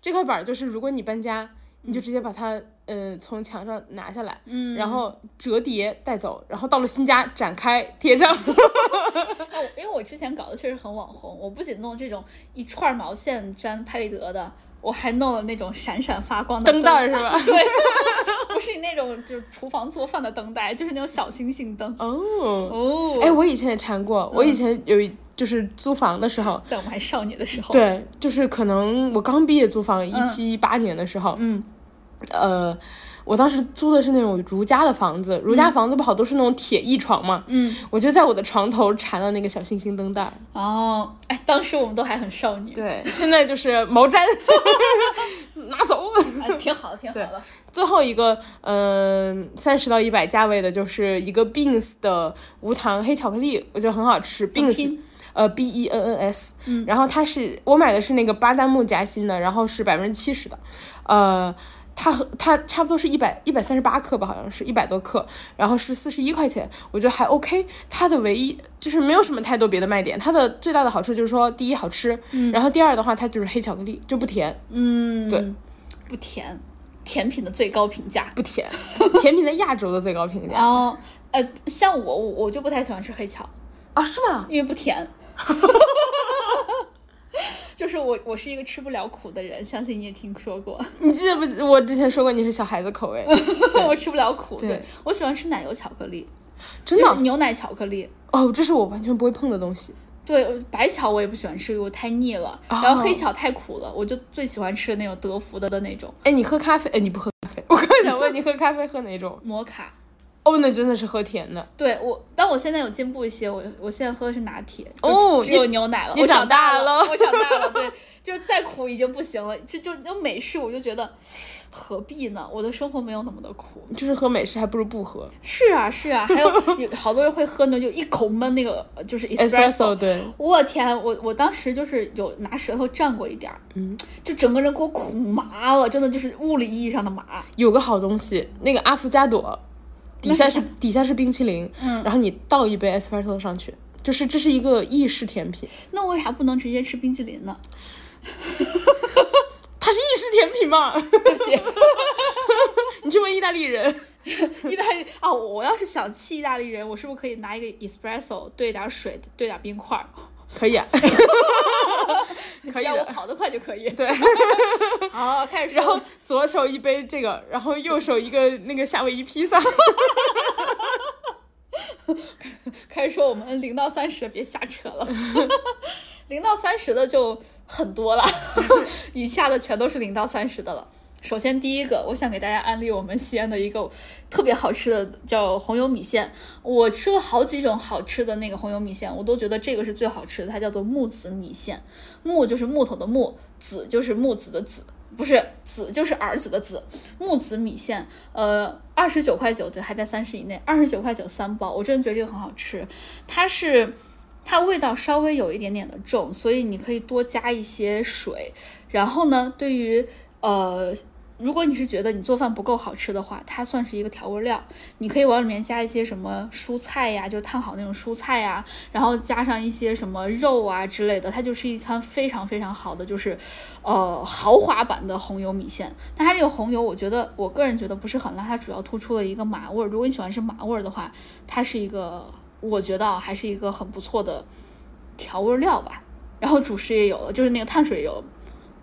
[SPEAKER 1] 这块板儿就是如果你搬家，你
[SPEAKER 2] 嗯
[SPEAKER 1] 就直接把它呃从墙上拿下来，嗯，然后折叠带走，然后到了新家展开贴
[SPEAKER 2] (laughs)
[SPEAKER 1] 上。
[SPEAKER 2] 哎，我因为我之前搞的确实很网红，我不仅弄这种一串儿毛线粘拍立得的，我还弄了那种闪闪发光的
[SPEAKER 1] 灯带儿是吧
[SPEAKER 2] 对， (laughs) 不是那种就是厨房做饭的灯带，就是那种小星星灯。 (laughs)
[SPEAKER 1] 哦，
[SPEAKER 2] 哦，
[SPEAKER 1] 哎，我以前也缠过，我以前有一就是租房的时候，
[SPEAKER 2] 在我们还少女的时候，，
[SPEAKER 1] 对，就是可能我刚毕业租房，一七一八年的时候，
[SPEAKER 2] 嗯，
[SPEAKER 1] 呃，我当时租的是那种儒家的房子，儒家房子不好都是那种铁艺床嘛，
[SPEAKER 2] 嗯，
[SPEAKER 1] 我就在我的床头缠了那个小星星灯带儿，
[SPEAKER 2] 哦，哎，当时我们都还很少女，
[SPEAKER 1] 对，现在就是毛
[SPEAKER 2] (laughs)
[SPEAKER 1] 毡拿走。
[SPEAKER 2] 哎，挺好的，挺好的。
[SPEAKER 1] 最后一个，嗯、3三十到一百价位的，就是一个 Beans 的无糖黑巧克力，我觉得很好吃。
[SPEAKER 2] 怎么
[SPEAKER 1] Beans
[SPEAKER 2] 拼。
[SPEAKER 1] 呃，B E N N S，嗯，然后它是我买的是那个巴旦木夹心的，然后是百分之七十的，呃，它和它差不多是一百一百三十八克吧，好像是一百多克，然后是四十一块钱，我觉得还 OK。它的唯一就是没有什么太多别的卖点，它的最大的好处就是说，第一好吃，嗯，然后第二的话它就是黑巧克力，就不甜，
[SPEAKER 2] 嗯，
[SPEAKER 1] 对，
[SPEAKER 2] 不甜，甜品的最高评价。
[SPEAKER 1] 不甜， (laughs) 甜品在亚洲的最高评价
[SPEAKER 2] 然后，呃，像我，我我就不太喜欢吃黑巧，
[SPEAKER 1] 啊，是吗？
[SPEAKER 2] 因为不
[SPEAKER 1] (laughs)
[SPEAKER 2] 甜。就是我，我是一个吃不了苦的人，相信你也听说过。
[SPEAKER 1] 你记得不？我之前说过你是小孩子口味，
[SPEAKER 2] (laughs) 我吃不了苦，
[SPEAKER 1] 对
[SPEAKER 2] 对我喜欢吃奶油巧克力，
[SPEAKER 1] 真
[SPEAKER 2] 就是
[SPEAKER 1] 的
[SPEAKER 2] 牛奶巧克力。
[SPEAKER 1] 哦，这是我完全不会碰的东西。
[SPEAKER 2] 对，白巧我也不喜欢吃，因为我太腻了。然后
[SPEAKER 1] 哦
[SPEAKER 2] 黑巧太苦了，我就最喜欢吃那种德芙的的那种
[SPEAKER 1] 哎，你喝咖啡？哎，你不喝咖啡？我刚才想问你喝咖啡喝哪种？
[SPEAKER 2] 摩卡。
[SPEAKER 1] 哦，那真的是喝甜的。
[SPEAKER 2] 对我，但我现在有进步一些，我我现在喝的是拿铁，就
[SPEAKER 1] 哦
[SPEAKER 2] 只
[SPEAKER 1] 你
[SPEAKER 2] 有牛奶了。
[SPEAKER 1] 你
[SPEAKER 2] 我
[SPEAKER 1] 长
[SPEAKER 2] 长大
[SPEAKER 1] 大了
[SPEAKER 2] 我长大
[SPEAKER 1] (laughs)
[SPEAKER 2] 了，对，就是再苦已经不行了。这就那种美式，我就觉得何必呢？我的生活没有那么的苦。
[SPEAKER 1] 就是喝美式还不如不喝
[SPEAKER 2] 是啊，是啊，
[SPEAKER 1] (laughs)
[SPEAKER 2] 还有有好多人会喝呢，就一口闷那个呃就是 espresso，
[SPEAKER 1] 对，
[SPEAKER 2] 我天，我我当时就是有拿舌头蘸过一点儿，嗯，就整个人给我苦麻了，真的就是物理意义上的麻。
[SPEAKER 1] 有个好东西，那个阿芙加朵，底下是底下是冰淇淋，嗯，然后你倒一杯 espresso 上去，就是这是一个意式甜品，
[SPEAKER 2] 那为啥不能直接吃冰淇淋呢？ (laughs)
[SPEAKER 1] 它是意式甜品嘛？ (laughs)
[SPEAKER 2] 对不起，
[SPEAKER 1] 你去问意大利人，
[SPEAKER 2] 意大利啊，我要是想气意大利人，我是不是可以拿一个 espresso 兑点水，兑点冰块儿？
[SPEAKER 1] 可 (laughs) 以、啊，可
[SPEAKER 2] 只
[SPEAKER 1] 以
[SPEAKER 2] 要我
[SPEAKER 1] 的。
[SPEAKER 2] 跑得快就可以。
[SPEAKER 1] 对，
[SPEAKER 2] (laughs) 好，开始
[SPEAKER 1] 然后
[SPEAKER 2] 说。
[SPEAKER 1] 左手一杯这个，然后右手一个那个夏威夷披萨。
[SPEAKER 2] 开始说我们零到三十，别瞎扯了。 (laughs) 零到三十的就很多了， (laughs) 以下的全都是零到三十的了。首先第一个，我想给大家安利我们西安的一个特别好吃的叫红油米线。我吃了好几种好吃的那个红油米线，我都觉得这个是最好吃的，它叫做木子米线。木就是木头的木，子就是木子的子，不是子就是儿子的子。木子米线，呃，二十九块九，对，还在三十以内，二十九块九三包，我真的觉得这个很好吃。它是它味道稍微有一点点的重，所以你可以多加一些水。然后呢，对于呃。如果你是觉得你做饭不够好吃的话，它算是一个调味料，你可以往里面加一些什么蔬菜呀，就烫好那种蔬菜呀，然后加上一些什么肉啊之类的，它就是一餐非常非常好的，就是呃豪华版的红油米线。但它这个红油，我觉得我个人觉得不是很辣，它主要突出了一个麻味儿。如果你喜欢吃麻味儿的话，它是一个我觉得啊还是一个很不错的调味料吧。然后主食也有了，就是那个碳水有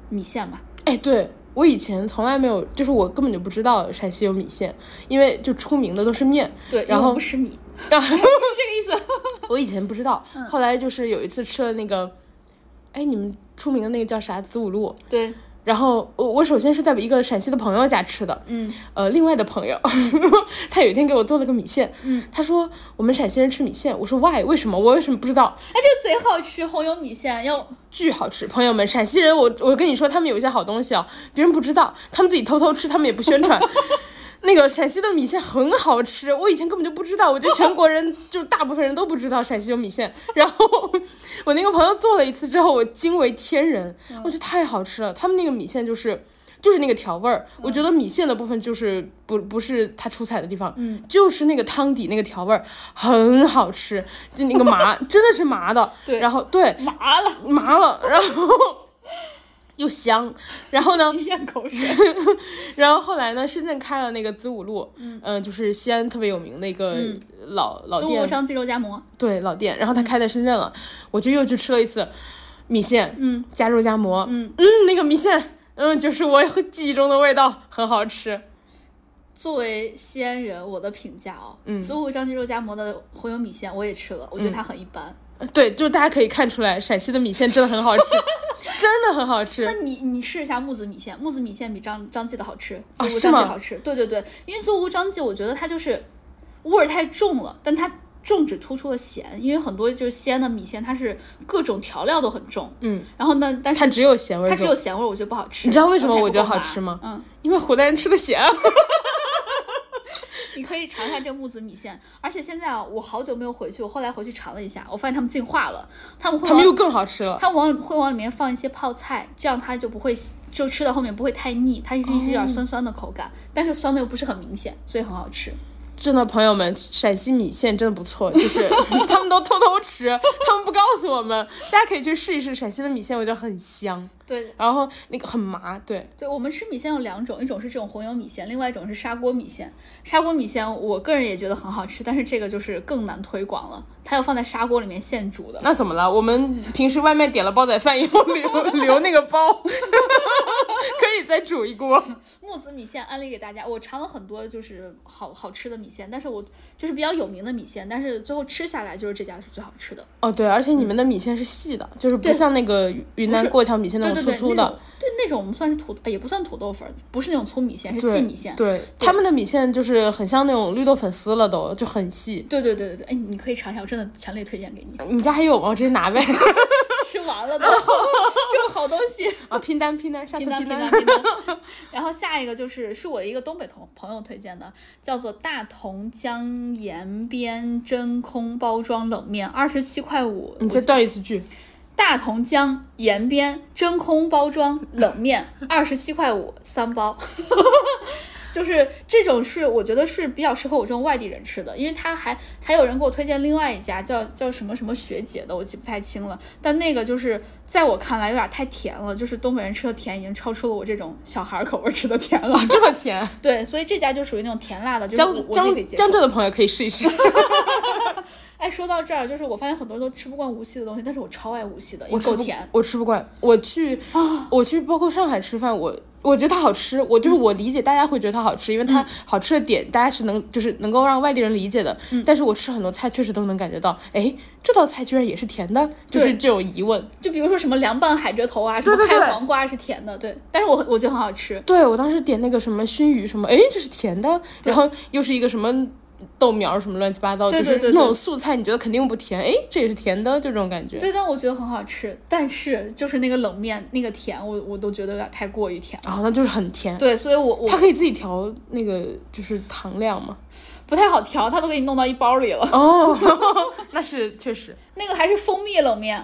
[SPEAKER 2] 米线嘛，
[SPEAKER 1] 哎，对我以前从来没有，就是我根本就不知道陕西有米线，因为就出名的都是面。 (laughs)
[SPEAKER 2] 对，
[SPEAKER 1] 然
[SPEAKER 2] 因为我
[SPEAKER 1] 后
[SPEAKER 2] 不吃 (laughs) 米，
[SPEAKER 1] 但
[SPEAKER 2] 哦是这个意思。
[SPEAKER 1] 我以前不知道，后来就是有一次吃了那个，哎，你们出名的那个叫啥子五路？
[SPEAKER 2] (laughs) 对，
[SPEAKER 1] 然后我我首先是在一个陕西的朋友家吃的，
[SPEAKER 2] 嗯，
[SPEAKER 1] 呃，另外的朋友， (laughs) 他有一天给我做了个米线，嗯，他说我们陕西人吃米线，我说 why 为什么？我为什么不知道？
[SPEAKER 2] 哎，这个贼好吃，红油米线要
[SPEAKER 1] 巨好吃，朋友们，陕西人，我我跟你说，他们有一些好东西啊，别人不知道，他们自己偷偷吃，他们也不宣传。那个陕西的米线很好吃，我以前根本就不知道，我觉得全国人就大部分人都不知道陕西有米线。然后 (laughs) 我那个朋友做了一次之后，我惊为天人，我觉得太好吃了。他们那个米线就是就是那个调味儿，我觉得米线的部分就是不不是它出彩的地方，嗯，就是那个汤底那个调味儿很好吃，就那个麻真的是麻的，
[SPEAKER 2] 对
[SPEAKER 1] 然后对，
[SPEAKER 2] 麻了，
[SPEAKER 1] 麻了，然后 (laughs) 又香，然后呢，
[SPEAKER 2] 咽口水。
[SPEAKER 1] 然后后来呢，深圳开了那个子午路，嗯、就是西安特别有名的一个
[SPEAKER 2] 嗯
[SPEAKER 1] 老、 (laughs) 老
[SPEAKER 2] 祖母
[SPEAKER 1] 店，
[SPEAKER 2] 上嗯鸡肉夹馍，
[SPEAKER 1] 对老店，然后他开在深圳了，我就又去吃了一次米线，
[SPEAKER 2] 嗯，
[SPEAKER 1] 加肉夹馍，嗯那个米线，嗯，就是我记忆中的味道，很好吃，
[SPEAKER 2] 作为西安人，我的评价哦，
[SPEAKER 1] 嗯
[SPEAKER 2] 子午张记肉夹馍的红油米线我也吃了，我觉得它很一般。
[SPEAKER 1] 对，就大家可以看出来，陕西的米线真的很好
[SPEAKER 2] (laughs)
[SPEAKER 1] 吃，真的很好吃
[SPEAKER 2] 那，你你试一下木子米线，木子米线比张张记的好吃，
[SPEAKER 1] 啊
[SPEAKER 2] 自屋
[SPEAKER 1] 是
[SPEAKER 2] 张记
[SPEAKER 1] 吗
[SPEAKER 2] 好吃。对对对，因为自屋张记，我觉得它就是味儿太重了，但它重只突出了咸，因为很多就是西安的米线，它是各种调料都很重。
[SPEAKER 1] 嗯，
[SPEAKER 2] 然后呢，但
[SPEAKER 1] 它
[SPEAKER 2] 是
[SPEAKER 1] 只有咸味
[SPEAKER 2] 它
[SPEAKER 1] 儿
[SPEAKER 2] 只
[SPEAKER 1] 重，
[SPEAKER 2] 有咸味儿，我觉得不好吃。
[SPEAKER 1] 你知道为
[SPEAKER 2] 然
[SPEAKER 1] 什
[SPEAKER 2] 后
[SPEAKER 1] 么
[SPEAKER 2] 它也
[SPEAKER 1] 我
[SPEAKER 2] 不
[SPEAKER 1] 觉得
[SPEAKER 2] 够
[SPEAKER 1] 好
[SPEAKER 2] 麻
[SPEAKER 1] 吃吗
[SPEAKER 2] 嗯，
[SPEAKER 1] 因为湖南人吃的咸啊。
[SPEAKER 2] 你可以尝一下这个木子米线，而且现在啊，我好久没有回去，我后来回去尝了一下，我发现他们进化了，他们会
[SPEAKER 1] 他们
[SPEAKER 2] 往
[SPEAKER 1] 又更好吃了。
[SPEAKER 2] 它往会往里面放一些泡菜，这样它就不会就吃到后面不会太腻，它是一直
[SPEAKER 1] 哦
[SPEAKER 2] 有点酸酸的口感，但是酸的又不是很明显，所以很好吃。
[SPEAKER 1] 真的，朋友们，陕西米线真的不错，就是 (laughs) 他们都偷偷吃，他们不告诉我们，大家可以去试一试陕西的米线，我觉得很香，
[SPEAKER 2] 对
[SPEAKER 1] 然后那个很麻，对，
[SPEAKER 2] 对，我们吃米线有两种，一种是这种红油米线，另外一种是砂锅米线。砂锅米线我个人也觉得很好吃，但是这个就是更难推广了，它要放在砂锅里面现煮的。
[SPEAKER 1] 那怎么了？我们平时外面点了煲仔饭以后 (laughs) 留留那个包，可以再煮一锅。
[SPEAKER 2] 木子米线安利给大家，我尝了很多就是好好吃的米线，但是我就是比较有名的米线，但是最后吃下来就是这家是最好吃的。
[SPEAKER 1] 哦，对，而且你们的米线是细的，就是不
[SPEAKER 2] 对
[SPEAKER 1] 像那个云南过桥米线那
[SPEAKER 2] 对
[SPEAKER 1] 种
[SPEAKER 2] 对
[SPEAKER 1] 粗
[SPEAKER 2] 对，
[SPEAKER 1] 粗
[SPEAKER 2] 那
[SPEAKER 1] 的
[SPEAKER 2] 种，对那种我们算是土，哎也不算土豆粉儿，不是那种粗米线，是
[SPEAKER 1] 对
[SPEAKER 2] 细米线。
[SPEAKER 1] 对，他们的米线就是很像那种绿豆粉丝了都，就很细。
[SPEAKER 2] 对对对对对，哎，你可以尝一下，我真的强烈推荐给你。
[SPEAKER 1] 你家还有吗？我直接拿呗。
[SPEAKER 2] 吃完了都，这种好东西。
[SPEAKER 1] (laughs) 啊，拼单拼单，下次
[SPEAKER 2] 拼单
[SPEAKER 1] 拼
[SPEAKER 2] 拼
[SPEAKER 1] 单
[SPEAKER 2] 单。拼单。然后下一个就是是我一个东北同朋友推荐的，叫做大同江沿边真空包装冷面，二十七块五。
[SPEAKER 1] 你再断一次
[SPEAKER 2] (laughs)
[SPEAKER 1] 句。
[SPEAKER 2] 大同江
[SPEAKER 1] (laughs)
[SPEAKER 2] 沿边真空包装冷面，二十七块五三包。 (laughs) 就是这种是我觉得是比较适合我这种外地人吃的，因为他还还有人给我推荐另外一家叫叫什么什么学姐的，我记不太清了，但那个就是在我看来有点太甜了，就是东北人吃的甜已经超出了我这种小孩儿口味吃的甜
[SPEAKER 1] (laughs)
[SPEAKER 2] 了。
[SPEAKER 1] 这么甜，
[SPEAKER 2] 对，所以这家就属于那种甜辣的，就是我
[SPEAKER 1] 江
[SPEAKER 2] 我自己可以
[SPEAKER 1] 江
[SPEAKER 2] 接受
[SPEAKER 1] 江。浙的朋友可以试一试。
[SPEAKER 2] 哎，说到这儿，就是我发现很多人都吃不惯无锡的东西， (laughs) 但是我超爱无锡的，也
[SPEAKER 1] 我吃
[SPEAKER 2] 够
[SPEAKER 1] 不
[SPEAKER 2] 甜。，啊
[SPEAKER 1] 我吃不惯。我去，我去，包括上海吃饭，我我觉得它好吃。我就是我理解大家会觉得它好吃，因为
[SPEAKER 2] 嗯
[SPEAKER 1] 它好吃的点，大家是能就是能够让外地人理解的。
[SPEAKER 2] 嗯
[SPEAKER 1] 但是我吃很多菜，确实都能感觉到，哎，这道菜居然也是甜的，就是
[SPEAKER 2] 对
[SPEAKER 1] 这种疑问。
[SPEAKER 2] 就比如说什么凉拌海蜇头啊，什
[SPEAKER 1] 对
[SPEAKER 2] 么
[SPEAKER 1] 对对
[SPEAKER 2] 拍黄瓜是甜的，对。但是我我觉得很好吃，
[SPEAKER 1] 对我当时点那个什么熏鱼什么，哎，这是甜的，然后又是一个什么。豆苗什么乱七八糟，
[SPEAKER 2] 对对
[SPEAKER 1] 就
[SPEAKER 2] 对
[SPEAKER 1] 是那种
[SPEAKER 2] 对
[SPEAKER 1] 素菜，你觉得肯定不甜，哎，这也是甜的，就这种感觉。
[SPEAKER 2] 对，但我觉得很好吃。但是就是那个冷面那个甜，我我都觉得有点太过于甜了。
[SPEAKER 1] 然哦后那就是很甜。
[SPEAKER 2] 对，所以我
[SPEAKER 1] 嗯
[SPEAKER 2] 我
[SPEAKER 1] 它可以自己调那个就是糖量嘛。
[SPEAKER 2] 不太好调，它都给你弄到一包里了。 (laughs)
[SPEAKER 1] 哦， (laughs) 那是确实。
[SPEAKER 2] 那个还是蜂蜜冷面，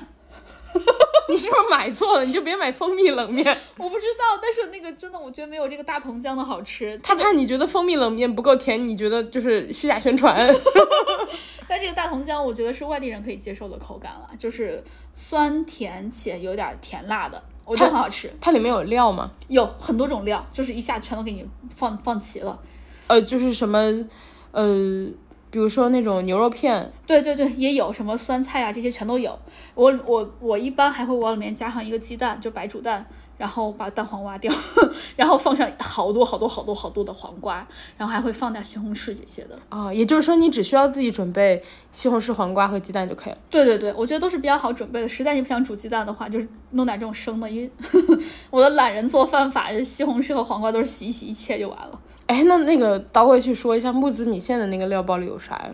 [SPEAKER 1] 你是不是买错了？你就别买蜂蜜冷面。
[SPEAKER 2] 我不知道，但是那个真的我觉得没有这个大同江的好吃。
[SPEAKER 1] (laughs) 他怕你觉得蜂蜜冷面不够甜，你觉得就是虚假宣传。
[SPEAKER 2] 但这个大同江，我觉得是外地人可以接受的口感了，就是酸甜且有点甜辣的，我觉得很好吃。
[SPEAKER 1] (laughs) 它里面有料吗？
[SPEAKER 2] 有很多种料，就是一下全都给你放放齐了。
[SPEAKER 1] 呃，就是什么，呃，比如说那种牛肉片，
[SPEAKER 2] 对对对，也有什么酸菜啊，这些全都有。我我我一般还会往里面加上一个鸡蛋，就白煮蛋，然后把蛋黄挖掉， (laughs) 然后放上好多好多好多好多的黄瓜，然后还会放点西红柿这些的。
[SPEAKER 1] 啊、也就是说你只需要自己准备西红柿、黄瓜和鸡蛋就可以了。
[SPEAKER 2] 对对对，我觉得都是比较好准备的。实在你不想煮鸡蛋的话，就是弄点这种生的，因为 (laughs) 我的懒人做饭法，西红柿和黄瓜都是洗一洗一切就完了。
[SPEAKER 1] 哎，那那个倒回去说一下木子米线的那个料包里有啥呀？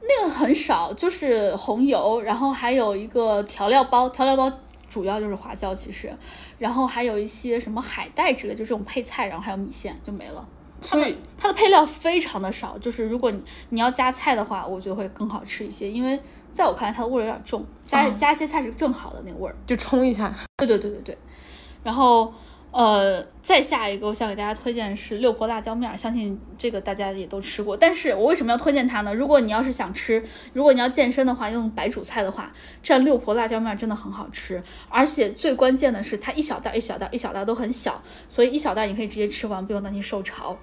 [SPEAKER 2] 那个很少，就是红油，然后还有一个调料包，调料包主要就是花椒，其实，然后还有一些什么海带之类，就这种配菜，然后还有米线就没了。
[SPEAKER 1] 所以
[SPEAKER 2] 它的配料非常的少，就是如果你你要加菜的话，我觉得会更好吃一些，因为在我看来它的味儿有点重，
[SPEAKER 1] 啊
[SPEAKER 2] 加、加一些菜是更好的那个味儿。
[SPEAKER 1] 就冲一下。
[SPEAKER 2] 对对对对对，然后呃，再下一个我想给大家推荐的是六婆辣椒面儿，相信这个大家也都吃过。但是我为什么要推荐它呢？如果你要是想吃，如果你要健身的话，用白煮菜的话，这样六婆辣椒面儿真的很好吃。而且最关键的是，它一小袋儿一小袋儿一小袋儿都很小，所以一小袋儿你可以直接吃完，不用担心受潮。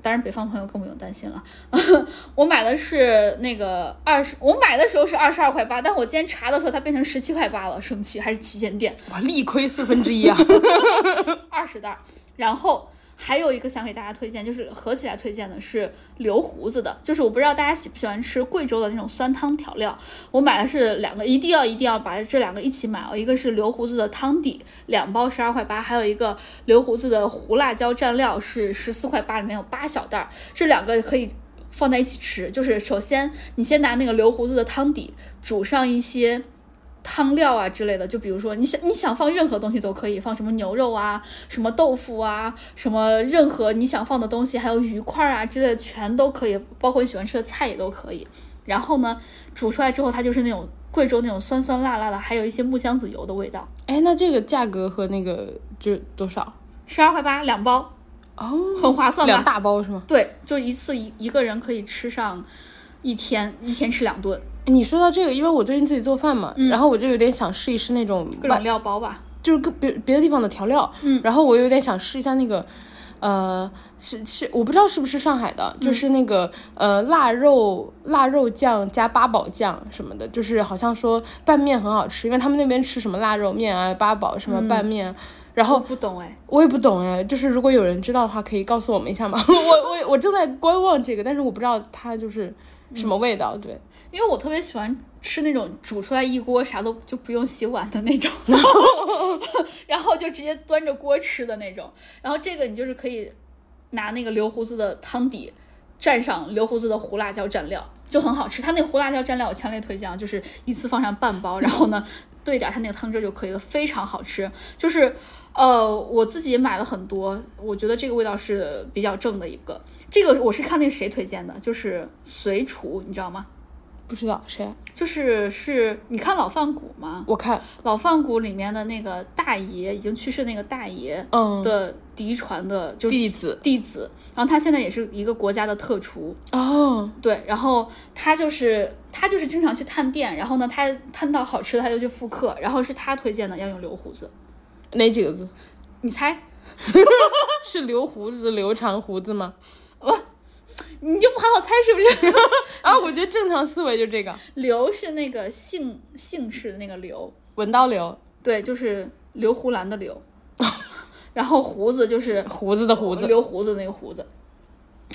[SPEAKER 2] 当然，北方朋友更不用担心了。 (laughs) 我买的是那个二十，我买的时候是二十二块八，但我今天查的时候它变成十七块八了，生气还是旗舰店。
[SPEAKER 1] 哇，力亏四分之一啊！
[SPEAKER 2] 二十袋儿，然后还有一个想给大家推荐，就是合起来推荐的是留胡子的，就是我不知道大家喜不喜欢吃贵州的那种酸汤调料，我买的是两个，一定要一定要把这两个一起买哦，一个是留胡子的汤底，两包十二块八，还有一个留胡子的胡辣椒蘸料是十四块八，里面有八小袋儿，这两个可以。放在一起吃，就是首先你先拿那个留胡子的汤底煮上一些汤料啊之类的，就比如说你想你想放任何东西都可以，放什么牛肉啊、什么豆腐啊、什么任何你想放的东西，还有鱼块啊之类的全都可以，包括你喜欢吃的菜也都可以。然后呢，煮出来之后它就是那种贵州那种酸酸辣辣的，还有一些木姜子油的味道。
[SPEAKER 1] 哎，那这个价格和那个就多少？
[SPEAKER 2] 十二块八两包，
[SPEAKER 1] 哦，
[SPEAKER 2] 很划算
[SPEAKER 1] 两
[SPEAKER 2] 吧？
[SPEAKER 1] 大包是吗？
[SPEAKER 2] 对，就一次一一个人可以吃上一天，一天吃两顿，
[SPEAKER 1] 哎你说到这个，因为我最近自己做饭嘛，然后我就有点想试一试那种
[SPEAKER 2] 嗯各
[SPEAKER 1] 外
[SPEAKER 2] 种料包吧。
[SPEAKER 1] 就是各别别的地方的调料，
[SPEAKER 2] 嗯
[SPEAKER 1] 然后我有点想试一下那个，呃，是是，我不知道是不是上海的，
[SPEAKER 2] 嗯
[SPEAKER 1] 就是那个呃腊肉腊肉酱加八宝酱什么的，就是好像说拌面很好吃，因为他们那边吃什么腊肉面啊、八宝什么
[SPEAKER 2] 嗯
[SPEAKER 1] 拌面啊、然后
[SPEAKER 2] 我不懂哎，
[SPEAKER 1] 我也不懂哎，就是如果有人知道的话，可以告诉我们一下吗？ (laughs) 我我我正在观望这个，但是我不知道它就是什么味道。对，
[SPEAKER 2] 因为我特别喜欢吃那种煮出来一锅啥都就不用洗碗的那种，然后就直接端着锅吃的那种。然后这个你就是可以拿那个留胡子的汤底蘸上留胡子的胡辣椒蘸料，就很好吃。它那个胡辣椒蘸料我强烈推荐，啊，就是一次放上半包，然后呢兑点它那个汤汁就可以了，非常好吃。就是呃，我自己也买了很多，我觉得这个味道是比较正的一个。这个我是看那个谁推荐的，就是随厨，你知道吗？
[SPEAKER 1] 不知道谁啊、
[SPEAKER 2] 就是是，你看老饭骨吗？
[SPEAKER 1] 我看，
[SPEAKER 2] 老饭骨里面的那个大爷，已经去世那个大爷
[SPEAKER 1] 嗯，
[SPEAKER 2] 的嫡传的就
[SPEAKER 1] 弟子
[SPEAKER 2] 弟子，然后他现在也是一个国家的特厨，
[SPEAKER 1] 哦，
[SPEAKER 2] 对，然后他就是他就是经常去探店，然后呢，他探到好吃的他就去复刻，然后是他推荐的要用留胡子，
[SPEAKER 1] 哪几个字？ (laughs)
[SPEAKER 2] 你猜？
[SPEAKER 1] 是留胡子、留长胡子吗？
[SPEAKER 2] 你就不好好猜是不 (laughs) 是？
[SPEAKER 1] 啊，我觉得正常思维就这个，
[SPEAKER 2] 刘是那个姓姓氏的那个刘，
[SPEAKER 1] 文刀流，
[SPEAKER 2] 对，就是刘胡兰的刘， (laughs) 然后胡子就是
[SPEAKER 1] 胡子的胡子，
[SPEAKER 2] 留胡子那个胡子 (laughs)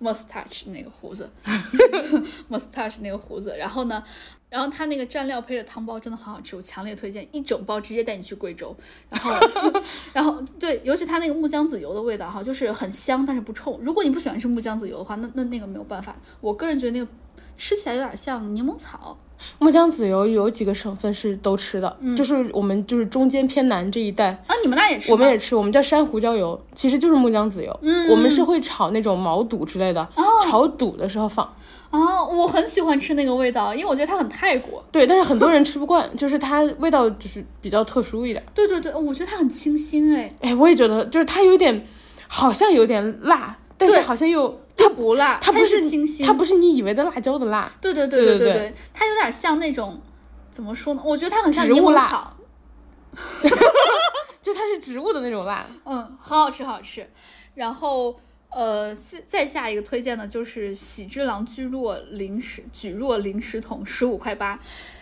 [SPEAKER 2] ，mustache 那个胡子 (laughs) ，mustache 那个胡子。然后呢，然后他那个蘸料配着汤包真的很好吃，我强烈推荐一整包，直接带你去贵州。然后， (laughs) 然后对，尤其他那个木姜子油的味道哈，就是很香，但是不冲。如果你不喜欢吃木姜子油的话，那那那个没有办法。我个人觉得那个吃起来有点像柠檬草，
[SPEAKER 1] 木姜子油有几个省份是都吃的，就是我们就是中间偏南这一带，
[SPEAKER 2] 啊，你们那也是
[SPEAKER 1] 我们
[SPEAKER 2] 吗
[SPEAKER 1] 也吃，我们叫山胡椒油，其实就是木姜子油。嗯，哦我们是会炒那种毛肚之类的，炒肚的时候放。
[SPEAKER 2] 啊，我很喜欢吃那个味道，因为我觉得它很泰国。
[SPEAKER 1] 对，但是很多人吃不惯，就是它味道就是比较特殊一点。
[SPEAKER 2] 对对对，我觉得它很清新哎，
[SPEAKER 1] 哎，我也觉得，就是它有点，好像有点辣，但是
[SPEAKER 2] 对
[SPEAKER 1] 好像又
[SPEAKER 2] 它不辣，
[SPEAKER 1] 它
[SPEAKER 2] 它
[SPEAKER 1] 不
[SPEAKER 2] 就是清新，
[SPEAKER 1] 它不是你以为的辣椒的辣，
[SPEAKER 2] 对对对
[SPEAKER 1] 对对
[SPEAKER 2] 对对，它有点像那种怎么说呢？我觉得它很像
[SPEAKER 1] 植物
[SPEAKER 2] 柠檬
[SPEAKER 1] 辣
[SPEAKER 2] 草，
[SPEAKER 1] 就它是植物的那种辣。
[SPEAKER 2] 嗯，很好吃，很好吃。然后呃，下再下一个推荐的就是喜之郎居若零食举若零食桶十五块八。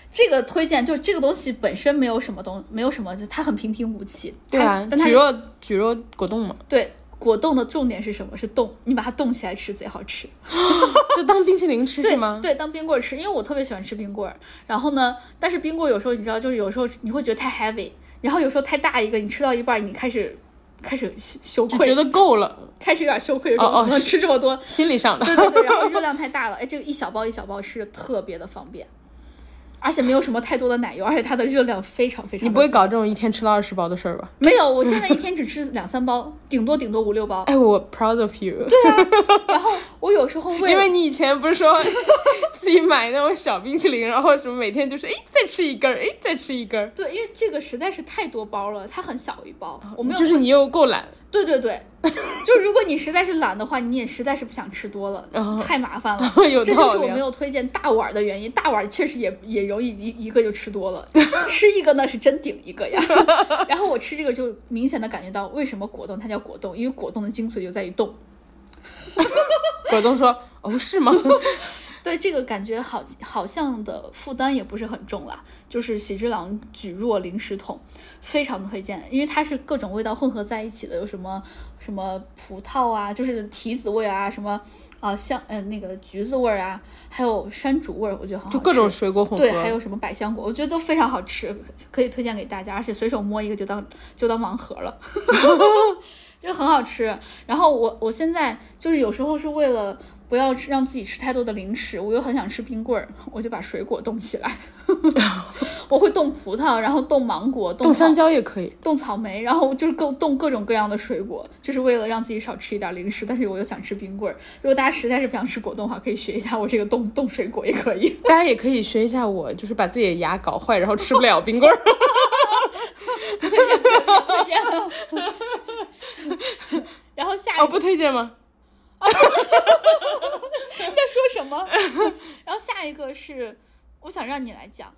[SPEAKER 2] 这个推荐就这个东西本身没有什么东，没有什么，就它很平平无奇。
[SPEAKER 1] 对啊
[SPEAKER 2] 它，但它
[SPEAKER 1] 举若举若果冻
[SPEAKER 2] (laughs)
[SPEAKER 1] 嘛，
[SPEAKER 2] 对果冻的重点是什么？是冻，你把它冻起来吃贼好吃。
[SPEAKER 1] 就当冰淇淋吃
[SPEAKER 2] 对
[SPEAKER 1] 是吗？
[SPEAKER 2] 对，当冰棍儿吃，因为我特别喜欢吃冰棍儿。然后呢，但是冰棍儿有时候你知道，就是有时候你会觉得太 heavy，然后有时候太大一个，你吃到一半儿你开始开始羞羞
[SPEAKER 1] 就觉
[SPEAKER 2] 愧，
[SPEAKER 1] 得够了，
[SPEAKER 2] 开始有点羞愧，有
[SPEAKER 1] 哦
[SPEAKER 2] 种
[SPEAKER 1] 哦
[SPEAKER 2] 怎么能吃这么多？
[SPEAKER 1] (laughs) 心理上的。
[SPEAKER 2] 对对对，然后热量太大了，哎，这个一小包一小包吃着特别的方便，而且没有什么太多的奶油，而且它的热量非常非常。
[SPEAKER 1] 你不会搞这种一天吃到二十包的事儿吧？
[SPEAKER 2] 没有？我现在一天只吃两三包，顶多顶多五六包。
[SPEAKER 1] 哎，我 proud of you。
[SPEAKER 2] 然后我有时候为
[SPEAKER 1] 因
[SPEAKER 2] 了
[SPEAKER 1] 为你以前不是说 (laughs) 自己买那种小冰淇淋，然后什么每天就是哎再吃一根儿，哎再吃一根儿，
[SPEAKER 2] 对，因为这个实在是太多包了，它很小一包，我没有
[SPEAKER 1] 哦就是你又够懒，
[SPEAKER 2] 对对 (laughs) 对，就如果你实在是懒的话，你也实在是不想吃多了，
[SPEAKER 1] 哦
[SPEAKER 2] 太麻烦了。
[SPEAKER 1] (laughs) 有
[SPEAKER 2] 这就
[SPEAKER 1] 道
[SPEAKER 2] 是我
[SPEAKER 1] 理
[SPEAKER 2] 没
[SPEAKER 1] 啊。
[SPEAKER 2] 有推荐大碗的原因，大碗确实也也容易一一个就吃多了， (laughs) 吃一个那是真顶一个呀。 (laughs) 然后我吃这个就明显的感觉到为什么果冻它叫果冻，因为果冻的精髓就在于冻。
[SPEAKER 1] 果冻说：“哦，是吗？ (laughs)
[SPEAKER 2] 对这个感觉好，好像的负担也不是很重啦。就是喜之郎举若零食桶，非常推荐，因为它是各种味道混合在一起的，有什么什么葡萄啊，就是提子味啊，什么啊、香呃那个橘子味儿啊，还有山竹味儿，我觉得很好吃。
[SPEAKER 1] 就各种水果混合。
[SPEAKER 2] 对，还有什么百香果，我觉得都非常好吃，可以推荐给大家，而且随手摸一个就当就当盲盒了， (laughs) 就很好吃。然后我我现在就是有时候是为了不要吃让自己吃太多的零食，我又很想吃冰棍儿，我就把水果冻
[SPEAKER 1] (laughs)
[SPEAKER 2] 起来，我会冻葡萄，然后冻芒果，
[SPEAKER 1] 冻
[SPEAKER 2] 冻
[SPEAKER 1] 香
[SPEAKER 2] 草
[SPEAKER 1] 蕉也可以。
[SPEAKER 2] 冻草莓，然后就是各冻各种各样的水果，就是为了让自己少吃一点零食，但是我又想吃冰棍儿。如果大家实在是不想吃果冻的话，可以学一下我这个冻冻水果也可以。
[SPEAKER 1] 大家也可以学一下我，就是把自己的牙搞坏，然后吃不了冰 (laughs) 棍儿。
[SPEAKER 2] 推荐了。然后下一
[SPEAKER 1] 哦，
[SPEAKER 2] 个
[SPEAKER 1] 不推荐吗？
[SPEAKER 2] 在说什么？然后下一个是，我想让你来讲，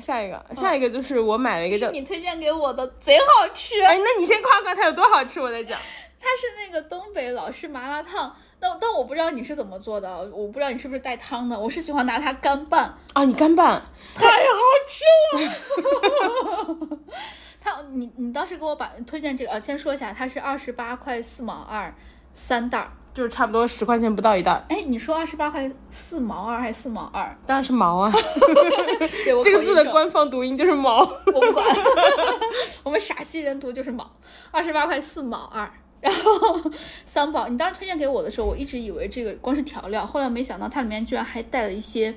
[SPEAKER 1] 下一个，下一个就是我买了一个叫……
[SPEAKER 2] 是你推荐给我的，贼好吃。
[SPEAKER 1] 哎，那你先夸夸它有多好吃，我再讲。
[SPEAKER 2] 它是那个东北老式麻辣烫，但但我不知道你是怎么做的，我不知道你是不是带汤的，我是喜欢拿它干拌，
[SPEAKER 1] 啊，你干拌，
[SPEAKER 2] 太好吃了。他，你你当时给我把推荐这个，呃，先说一下，它是二十八块四毛二三袋儿。
[SPEAKER 1] 就是差不多十块钱不到一袋儿，
[SPEAKER 2] 哎，你说二十八块四毛二还是四毛二？
[SPEAKER 1] 当然是毛啊。
[SPEAKER 2] 对
[SPEAKER 1] (laughs)
[SPEAKER 2] 我
[SPEAKER 1] 这个
[SPEAKER 2] 口
[SPEAKER 1] 字
[SPEAKER 2] 音
[SPEAKER 1] 的
[SPEAKER 2] 正
[SPEAKER 1] 官方读音就是毛。
[SPEAKER 2] 我不管， (laughs) 我们陕西人读就是毛，二十八块四毛二。然后三宝，你当时推荐给我的时候，我一直以为这个光是调料，后来没想到它里面居然还带了一些，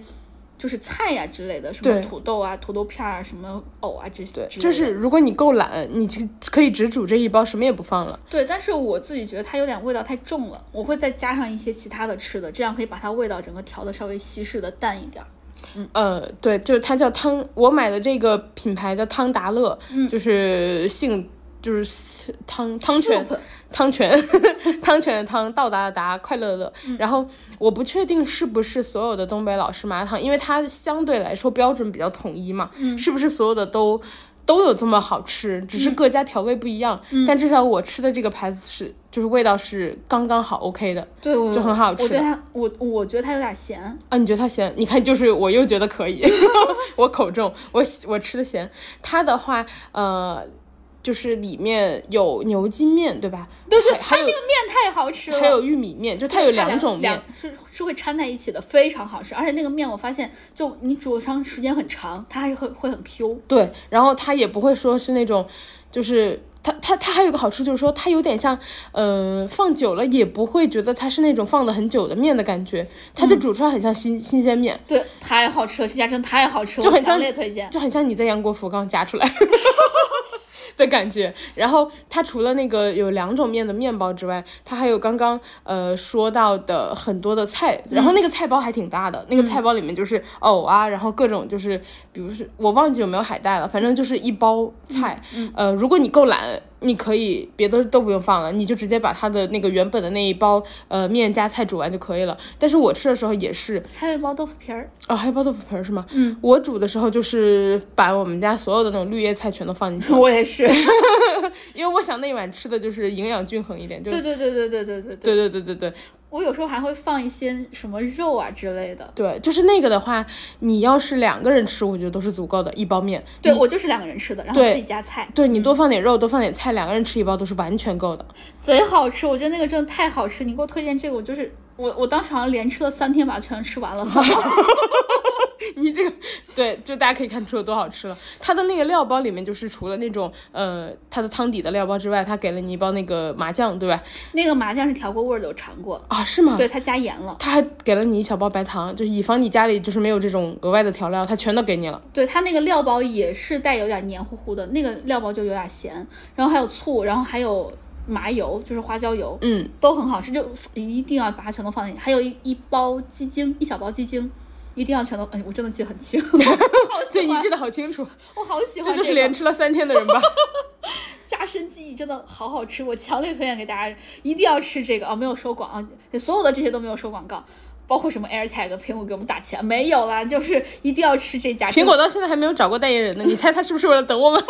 [SPEAKER 2] 就是菜呀、之类的，什么
[SPEAKER 1] 对
[SPEAKER 2] 土豆啊、土豆片啊、什么藕啊之对
[SPEAKER 1] 就
[SPEAKER 2] 类
[SPEAKER 1] 是
[SPEAKER 2] 的
[SPEAKER 1] 如果你够懒，你就可以只煮这一包，什么也不放了。
[SPEAKER 2] 对。但是我自己觉得它有点味道太重了，我会再加上一些其他的吃的，这样可以把它味道整个调的稍微稀释的淡一点儿。
[SPEAKER 1] 呃，对，就是它叫汤，我买的这个品牌叫汤达乐，就是姓就是汤汤泉汤泉 (laughs) 汤泉的汤到达的达快乐的乐。然后我不确定是不是所有的东北老式麻辣烫，因为它相对来说标准比较统一嘛，是不是所有的都都有这么好吃？只是各家调味不一样，但至少我吃的这个牌子是就是味道是刚刚好 OK 的。
[SPEAKER 2] 对，我
[SPEAKER 1] 就很好吃
[SPEAKER 2] 我觉得它，我我觉得它有点咸。
[SPEAKER 1] 啊，你觉得它咸？你看，就是我又觉得可以， (laughs) 我口重，我喜我吃的咸。它的话，呃，就是里面有牛筋面，对吧？
[SPEAKER 2] 对对，
[SPEAKER 1] 还还
[SPEAKER 2] 它那
[SPEAKER 1] 有
[SPEAKER 2] 个面太好吃了。
[SPEAKER 1] 还有玉米面，就它有两种面
[SPEAKER 2] 两，是是会掺在一起的，非常好吃。而且那个面我发现，就你煮上时间很长，它还是会会很 Q。
[SPEAKER 1] 对。然后它也不会说是那种，就是它它它还有个好处就是说它有点像，呃，放久了也不会觉得它是那种放了很久的面的感觉，它
[SPEAKER 2] 嗯
[SPEAKER 1] 就煮出来很像新、新鲜面，
[SPEAKER 2] 对，太好吃了，这家真的太好吃了，
[SPEAKER 1] 就很
[SPEAKER 2] 我强
[SPEAKER 1] 像
[SPEAKER 2] 烈推荐。
[SPEAKER 1] 就很像你在杨国福刚夹出来 (laughs) 的感觉。然后它除了那个有两种面的面包之外，它还有刚刚呃说到的很多的菜，然后那个菜包还挺大的，那个菜包里面就是藕啊，然后各种就是，比如是我忘记有没有海带了，反正就是一包菜。呃，如果你够懒。你可以别的都不用放了，你就直接把它的那个原本的那一包呃面加菜煮完就可以了。但是我吃的时候也是，
[SPEAKER 2] 还有一包豆腐
[SPEAKER 1] (laughs)
[SPEAKER 2] 皮儿，
[SPEAKER 1] 哦，还有包豆腐皮儿是吗？嗯，我煮的时候就是把我们家所有的那种绿叶菜全都放进去，
[SPEAKER 2] 我也是。
[SPEAKER 1] 因为我想那晚吃的就是营养均衡一点，就
[SPEAKER 2] (laughs) 对对对对对对对对，
[SPEAKER 1] 对对对对对
[SPEAKER 2] 我有时候还会放一些什么肉啊之类的。
[SPEAKER 1] 对，就是那个的话，你要是两个人吃，我觉得都是足够的，一包面。
[SPEAKER 2] 对嗯我就是两个人吃的，然后
[SPEAKER 1] 嗯对
[SPEAKER 2] 自己加菜，
[SPEAKER 1] 对你多放点肉，多放点菜，两个人吃一包都是完全够的。 (laughs)
[SPEAKER 2] 贼好吃。我觉得那个真的太好吃，你给我推荐这个，我就是我我当时好像连吃了三天，把它全吃完了。 (laughs)
[SPEAKER 1] 你这个对，就大家可以看出有多好吃了。它的那个料包里面，就是除了那种呃它的汤底的料包之外，它给了你一包那个麻酱，对吧？
[SPEAKER 2] 那个麻酱是调过味儿的，我尝过，
[SPEAKER 1] 啊，是吗？
[SPEAKER 2] 对，它加盐了。
[SPEAKER 1] 他还给了你一小包白糖，就是以防你家里就是没有这种额外的调料，他全都给 (laughs) 你了。
[SPEAKER 2] 对它那个料包也是带有点黏糊糊的，那个料包就有点咸，然后还有醋，然后还有麻油，就是花椒油，
[SPEAKER 1] 嗯，
[SPEAKER 2] 都很好吃，就一定要把它全都放进去。还有一一包鸡精，一小包鸡精，一定要全都，哎，我真的记得很清， (laughs) 我好
[SPEAKER 1] 对，
[SPEAKER 2] 喜
[SPEAKER 1] 你
[SPEAKER 2] 欢，
[SPEAKER 1] 记得好清楚，
[SPEAKER 2] 我好喜欢、
[SPEAKER 1] 这
[SPEAKER 2] 个，
[SPEAKER 1] 就是连吃了三天的人吧？
[SPEAKER 2] 加深记忆，真的好好吃，我强烈推荐给大家，一定要吃这个啊、没有收广啊，所有的这些都没有收广告。包括什么 AirTag 苹果给我们打钱没有啦？就是一定要吃这
[SPEAKER 1] (laughs)
[SPEAKER 2] 家
[SPEAKER 1] 苹果到现在还没有找过代言 (laughs) 人呢，你猜他是不是为了等 (laughs) 我们？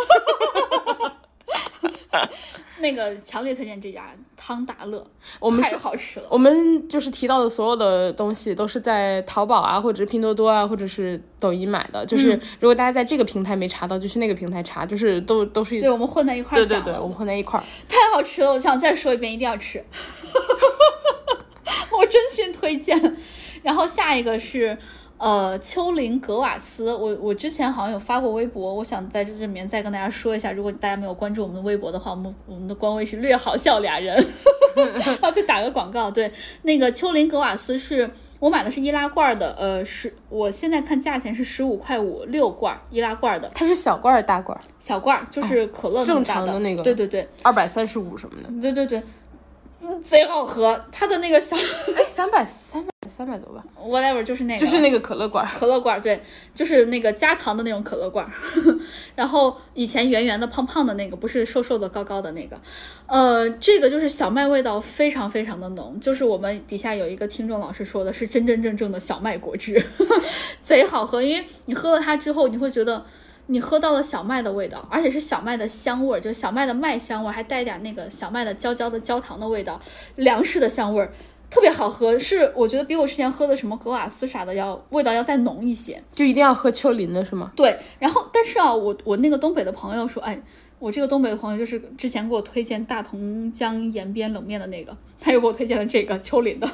[SPEAKER 2] 那个强烈推荐这家汤达乐，
[SPEAKER 1] 我们
[SPEAKER 2] 太
[SPEAKER 1] 是
[SPEAKER 2] 好吃了。
[SPEAKER 1] 我们就是提到的所有的东西都是在淘宝啊，或者是拼多多啊，或者是抖音买的。就是如果大家在这个平台没查到，就去那个平台查，就是都都是一
[SPEAKER 2] 对，我们混在一块儿
[SPEAKER 1] 对对
[SPEAKER 2] 讲
[SPEAKER 1] 对，
[SPEAKER 2] 了
[SPEAKER 1] 我们混在一块儿。
[SPEAKER 2] 太好吃了！我想再说一遍，一定要吃， (laughs) 我真心推荐。然后下一个是呃丘陵格瓦斯，我我之前好像有发过微博，我想在这里面再跟大家说一下，如果大家没有关注我们的微博的话，我们我们的官微是略好笑俩人，然后再打个广告。对，那个丘陵格瓦斯是。我买的是易拉罐儿的，呃，十，我现在看价钱是十五块五，六罐儿易拉罐儿的
[SPEAKER 1] 它是小罐儿、大罐儿，
[SPEAKER 2] 小罐儿，就是可乐那
[SPEAKER 1] 哦正
[SPEAKER 2] 么大
[SPEAKER 1] 常的那个
[SPEAKER 2] 对对对，
[SPEAKER 1] 二百三十五什么的，
[SPEAKER 2] 对对对，嗯贼好喝。它的那个小 (laughs)
[SPEAKER 1] 哎，三百三百三百多吧，
[SPEAKER 2] whatever 就是那个，
[SPEAKER 1] 就是那个可乐罐儿。
[SPEAKER 2] 可乐罐儿，对，就是那个加糖的那种可乐罐儿。 (laughs) 然后以前圆圆的、胖胖的那个，不是瘦瘦的、高高的那个。呃，这个就是小麦味道非常非常的浓，就是我们底下有一个听众老师说的是真真正正的小麦果汁， (laughs) 贼好喝。因为你喝了它之后，你会觉得。你喝到了小麦的味道，而且是小麦的香味儿，就是小麦的麦香味儿，还带一点那个小麦的焦焦的焦糖的味道，粮食的香味儿，特别好喝。是我觉得比我之前喝的什么格瓦斯啥的要味道要再浓一些。
[SPEAKER 1] 就一定要喝丘陵的是吗？
[SPEAKER 2] 对，然后但是啊，我我那个东北的朋友说，哎，我这个东北的朋友就是之前给我推荐大同江沿边冷面的那个，他又给我推荐了这个丘陵的，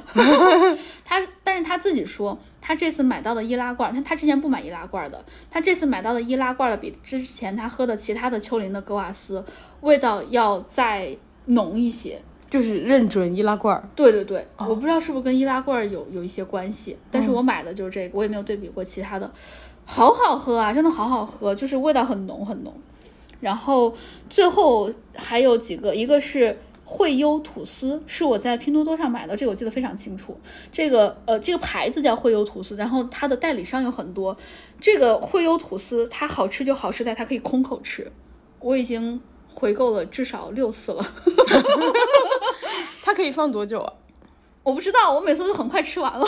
[SPEAKER 2] 他但是他自己说，他这次买到的易拉罐，他他之前不买易拉罐的，他这次买到的易拉罐的比之前他喝的其他的丘陵的格瓦斯味道要再浓一些。
[SPEAKER 1] 就是认准易拉罐儿。
[SPEAKER 2] 对对对，我不知道是不是跟易拉罐儿有有一些关系，但是我买的就是这个，我也没有对比过其他的，好好喝啊，真的好好喝，就是味道很浓很浓。然后最后还有几个，一个是惠优吐司，是我在拼多多上买的，这个我记得非常清楚。这个呃，这个牌子叫惠优吐司，然后它的代理商有很多。这个惠优吐司它好吃就好吃在它可以空口吃，我已经回购了至少六次了。
[SPEAKER 1] 它可以放多久 (laughs) 啊？
[SPEAKER 2] 我不知道，我每次都很快吃完了。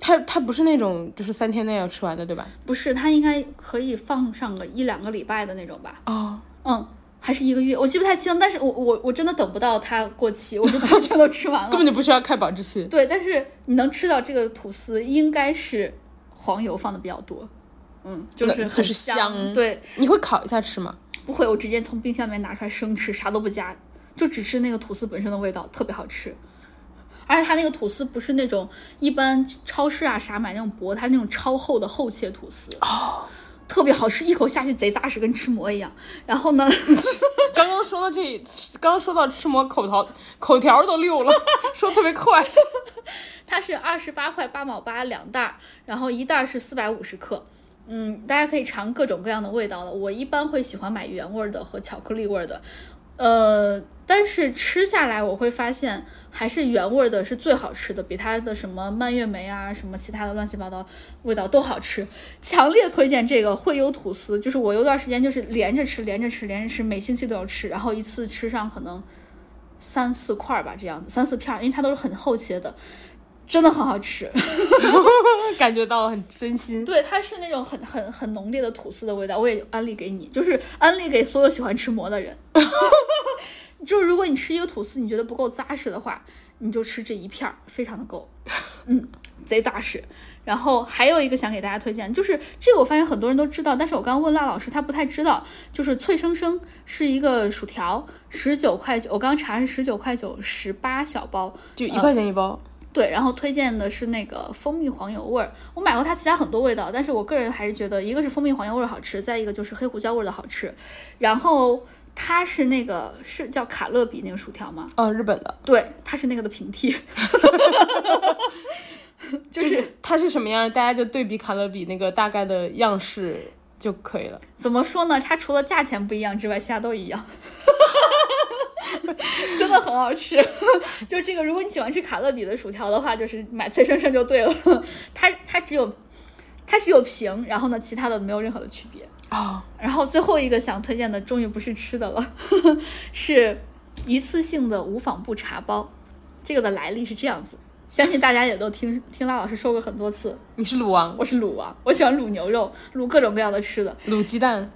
[SPEAKER 1] 它它不是那种就是三天内要吃完的，对吧？
[SPEAKER 2] 不是，它应该可以放上个一两个礼拜的那种吧？
[SPEAKER 1] 哦，
[SPEAKER 2] 嗯，还是一个月，我记不太清。但是我我我真的等不到它过期，我就把它全都吃完
[SPEAKER 1] (laughs) 根
[SPEAKER 2] 了。
[SPEAKER 1] 本就不需要看保质期。
[SPEAKER 2] 对，但是你能吃到这个吐司，应该是黄油放的比较多。嗯，就
[SPEAKER 1] 那
[SPEAKER 2] 是
[SPEAKER 1] 就
[SPEAKER 2] 很
[SPEAKER 1] 是
[SPEAKER 2] 香。
[SPEAKER 1] 香
[SPEAKER 2] 对，
[SPEAKER 1] 你会烤一下吃吗？
[SPEAKER 2] 不会，我直接从冰箱里面拿出来生吃，啥都不加，就只吃那个吐司本身的味道，特别好吃。而且它那个吐司不是那种一般超市啊啥买那种薄，它那种超厚的厚切吐司哦，特别好吃，一口下去贼扎实，跟吃馍一样。然后呢，
[SPEAKER 1] 刚刚说到这，刚刚说到吃馍口条口条都溜了， (laughs) 说特别快。
[SPEAKER 2] 它是二十八块八毛八两袋儿，然后一袋儿是四百五十克。嗯，大家可以尝各种各样的味道了。我一般会喜欢买原味儿的和巧克力味儿的，呃，但是吃下来我会发现还是原味儿的是最好吃的，比它的什么蔓越莓啊、什么其他的乱七八糟味道都好吃。强烈推荐这个惠优吐司，就是我有段时间就是连着吃、连着吃、连着吃，每星期都要吃，然后一次吃上可能三四块儿吧，这样子三四片儿，因为它都是很厚切的。真的很好吃，
[SPEAKER 1] (laughs) 感觉到了很真心。
[SPEAKER 2] (laughs) 对，它是那种很很很浓烈的吐司的味道，我也安利给你，就是安利给所有喜欢吃馍的 (laughs) 人。就是如果你吃一个吐司，你觉得不够扎实的话，你就吃这一片儿，非常的 (laughs) 够，嗯，贼扎实。然后还有一个想给大家推荐，就是这个我发现很多人都知道，但是我刚刚问辣老师，他不太知道，就是脆生生是一个薯条，十九块九，我刚查是十九块九，十八小包，
[SPEAKER 1] 就一块钱一包，
[SPEAKER 2] 对，然后推荐的是那个蜂蜜黄油味儿，我买过它其他很多味道，但是我个人还是觉得一个是蜂蜜黄油味儿好吃，再一个就是黑胡椒味儿的好吃。然后它是那个是叫卡乐比那个薯条吗？
[SPEAKER 1] 哦，日本的，
[SPEAKER 2] 对，它是那个的平
[SPEAKER 1] (laughs)
[SPEAKER 2] 替， (laughs) 就
[SPEAKER 1] 就是是它是什么样，大家就对比卡乐比那个大概的样式就可以了。
[SPEAKER 2] 怎么说呢？它除了价钱不一样之外，其他都一样。 (laughs) 真的很好吃， (laughs) 就是这个。如果你喜欢吃卡乐比的薯条的话，就是买脆生生就对了。它它只有它只有平，然后呢，其他的没有任何的区别。
[SPEAKER 1] 哦，
[SPEAKER 2] 然后最后一个想推荐的，终于不是吃的了， (laughs) 是一次性的无纺布茶包。这个的来历是这样子，相信大家也都听听拉老师说过很多次。
[SPEAKER 1] 你是鲁王，
[SPEAKER 2] 我是卤啊，我喜欢卤牛肉，卤各种各样的吃的。
[SPEAKER 1] 卤鸡蛋，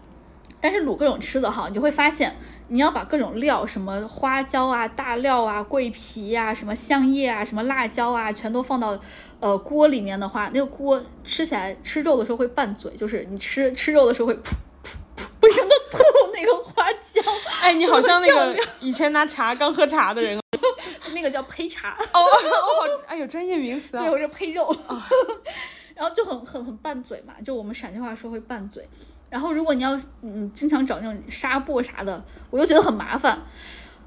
[SPEAKER 2] 但是卤各种吃的哈，你就会发现，你要把各种料，什么花椒啊、大料啊、桂皮呀、什么香叶啊、什么辣椒啊，全都放到呃锅里面的话，那个锅吃起来吃肉的时候会拌嘴，就是你吃吃肉的时候会噗噗噗，不停的吐那个花椒，
[SPEAKER 1] 哎，你好像那 (laughs) 个以前拿茶刚喝茶的人哦，
[SPEAKER 2] 那个叫胚
[SPEAKER 1] (laughs)
[SPEAKER 2] 茶。
[SPEAKER 1] 我好，哎呦，专业名词啊
[SPEAKER 2] 哦对，，我这配肉， (laughs) 然后就很很很拌嘴嘛，就我们陕西话说会拌嘴。然后如果你要嗯经常找那种纱布啥的，我就觉得很麻烦，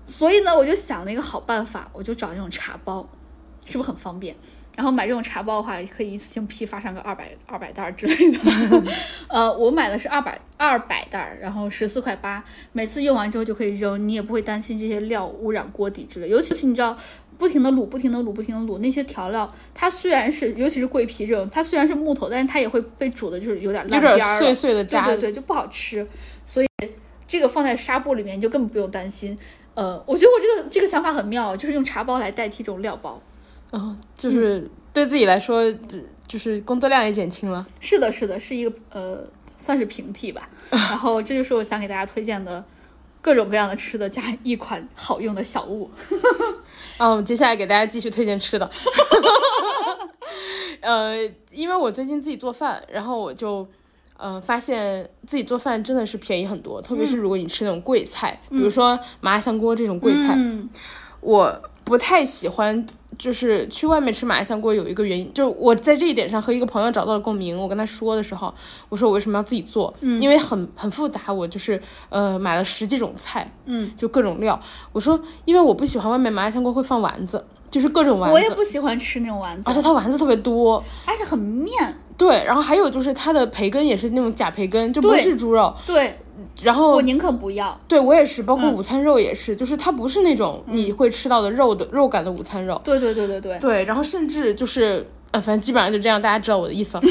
[SPEAKER 2] 所以呢，我就想了一个好办法，我就找那种茶包，是不是很方便？然后买这种茶包的话，可以一次性批发上个二百二百袋儿之类
[SPEAKER 1] (laughs)
[SPEAKER 2] 的。呃，我买的是二百二百袋儿，然后十四块八，每次用完之后就可以扔，你也不会担心这些料污染锅底之类。尤其是你知道，不停的卤，不停的卤，不停的卤，那些调料它虽然是，尤其是桂皮这种，它虽然是木头，但是它也会被煮的，就是有点
[SPEAKER 1] 有
[SPEAKER 2] 烂边
[SPEAKER 1] 点
[SPEAKER 2] 儿了
[SPEAKER 1] 碎，碎的
[SPEAKER 2] 对
[SPEAKER 1] 渣
[SPEAKER 2] 对，对，就不好吃。所以这个放在纱布里面，你就根本不用担心。呃，我觉得我这个这个想法很妙，就是用茶包来代替这种料包。
[SPEAKER 1] 嗯，就是对自己来说，就就是工作量也减轻了。
[SPEAKER 2] 是的，是的，是一个呃，算是平替
[SPEAKER 1] (laughs)
[SPEAKER 2] 吧。然后这就是我想给大家推荐的各种各样的吃的加一款好用的小物。
[SPEAKER 1] 嗯，我们接下来给大家继续推荐吃的。呃，因为我最近自己做饭，然后我就，呃，发现自己做饭真的是便宜很多，特别
[SPEAKER 2] 嗯
[SPEAKER 1] 是如果你吃那种贵菜，比如说麻辣香锅这种贵菜，
[SPEAKER 2] 嗯，
[SPEAKER 1] 我不太喜欢。就是去外面吃麻辣香锅有一个原因，就是我在这一点上和一个朋友找到了共鸣。我跟他说的时候，我说我为什么要自己做，
[SPEAKER 2] 嗯
[SPEAKER 1] 因为很很复杂。我就是呃买了十几种菜，
[SPEAKER 2] 嗯，
[SPEAKER 1] 就各种料。我说因为我不喜欢外面麻辣香锅会放丸子，就是各种丸
[SPEAKER 2] 我也
[SPEAKER 1] 子，哦
[SPEAKER 2] 不喜欢吃那种丸子
[SPEAKER 1] 而，且它丸子特别多。
[SPEAKER 2] 而且很面。
[SPEAKER 1] 对，然后还有就是它的培根也是那种假培根，就不
[SPEAKER 2] 对
[SPEAKER 1] 是猪肉。
[SPEAKER 2] 对，
[SPEAKER 1] 然后
[SPEAKER 2] 我宁嗯可不要。
[SPEAKER 1] 对我也是，包括午餐肉也是，就是它不是那种
[SPEAKER 2] 嗯
[SPEAKER 1] 你会吃到的肉的、肉感的午餐肉。
[SPEAKER 2] 对对对对对，
[SPEAKER 1] 对，然后甚至就是，呃，反正基本上就这样，大家知道我的意思了。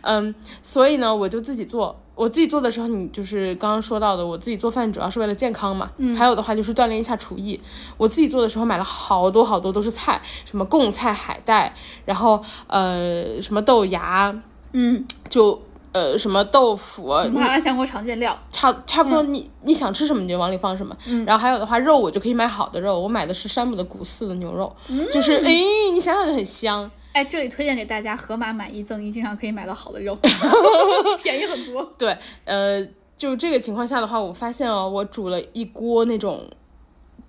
[SPEAKER 1] 嗯，所以呢，我就自己做。我自己做的时候，你就是刚刚说到的，我自己做饭主要是为了健康嘛，还有的话就是锻炼一下厨艺。我自己做的时候买了好多好多都是菜，什么贡菜、海带，然后呃什么豆芽，
[SPEAKER 2] 嗯，
[SPEAKER 1] 就呃什么豆腐，
[SPEAKER 2] 麻辣香锅常见料，
[SPEAKER 1] 差差不多你，你、想吃什么你就往里放什么。然后还有的话，肉我就可以买好的肉，我买的是山姆的古寺的牛肉，就是哎，你想想就很香。
[SPEAKER 2] 哎，这里推荐给大家盒马买一赠一，经常可以买到好的
[SPEAKER 1] (laughs)
[SPEAKER 2] 肉，便宜很多。
[SPEAKER 1] 对，呃，就这个情况下的话，我发现哦，我煮了一锅那种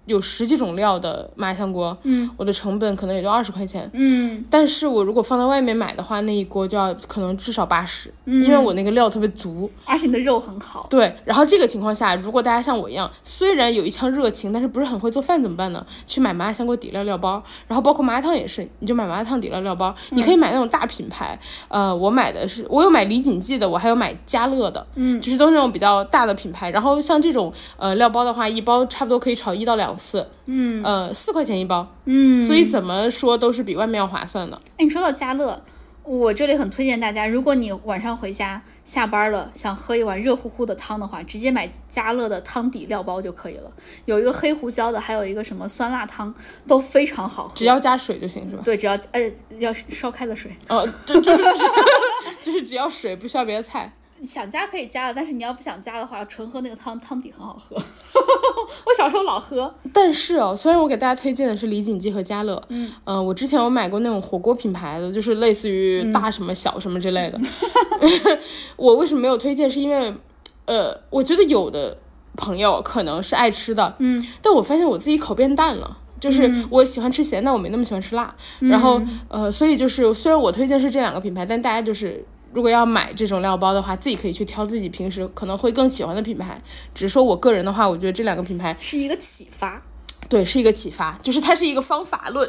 [SPEAKER 1] 有十几种料的麻辣香锅，
[SPEAKER 2] 嗯，
[SPEAKER 1] 我的成本可能也就二十块钱。
[SPEAKER 2] 嗯，
[SPEAKER 1] 但是我如果放在外面买的话，那一锅就要可能至少八十、因为我那个料特别足。
[SPEAKER 2] 而且你的肉很好，
[SPEAKER 1] 对，然后这个情况下，如果大家像我一样，虽然有一腔热情，但是不是很会做饭怎么办呢？去买麻辣香锅底料料包，然后包括麻辣烫也是，你就买麻辣烫底料料包，你可以买那种大品牌。呃，我买的是，我有买李锦记的，我还有买家乐的，嗯，就是都是那种比较大的品牌。然后像这种呃料包的话，一包差不多可以炒一到两次，嗯，呃，四块钱一包，嗯，所以怎么说都是比外面要划算的。
[SPEAKER 2] 哎，你说到家乐，我这里很推荐大家，如果你晚上回家下班了，想喝一碗热乎乎的汤的话，直接买家乐的汤底料包就可以了。有一个黑胡椒的，还有一个什么酸辣汤，都非常好喝。
[SPEAKER 1] 只要加水就行是吧？
[SPEAKER 2] 对，只要哎要烧开了水，
[SPEAKER 1] 哦，就就是就是 (laughs) 只要水，不需要别的菜。
[SPEAKER 2] 你想加可以加的，但是你要不想加的话，纯喝那个汤，汤底很好喝。 (laughs) 我小时候老喝，
[SPEAKER 1] 但是哦，虽然我给大家推荐的是李锦记和家乐，嗯，呃，我之前有买过那种火锅品牌的，就是类似于大什么小什么之类的。嗯 (laughs) 我为什么没有推荐？是因为，呃，我觉得有的朋友可能是爱吃的，嗯，但我发现我自己口变淡了。就是我喜欢吃咸，但我没那么喜欢吃辣。然后，呃，所以就是虽然我推荐是这两个品牌，但大家就是如果要买这种料包的话，自己可以去挑自己平时可能会更喜欢的品牌。只是说我个人的话，我觉得这两个品牌
[SPEAKER 2] 是一个启发。
[SPEAKER 1] 对，是一个启发，就是它是一个方法论，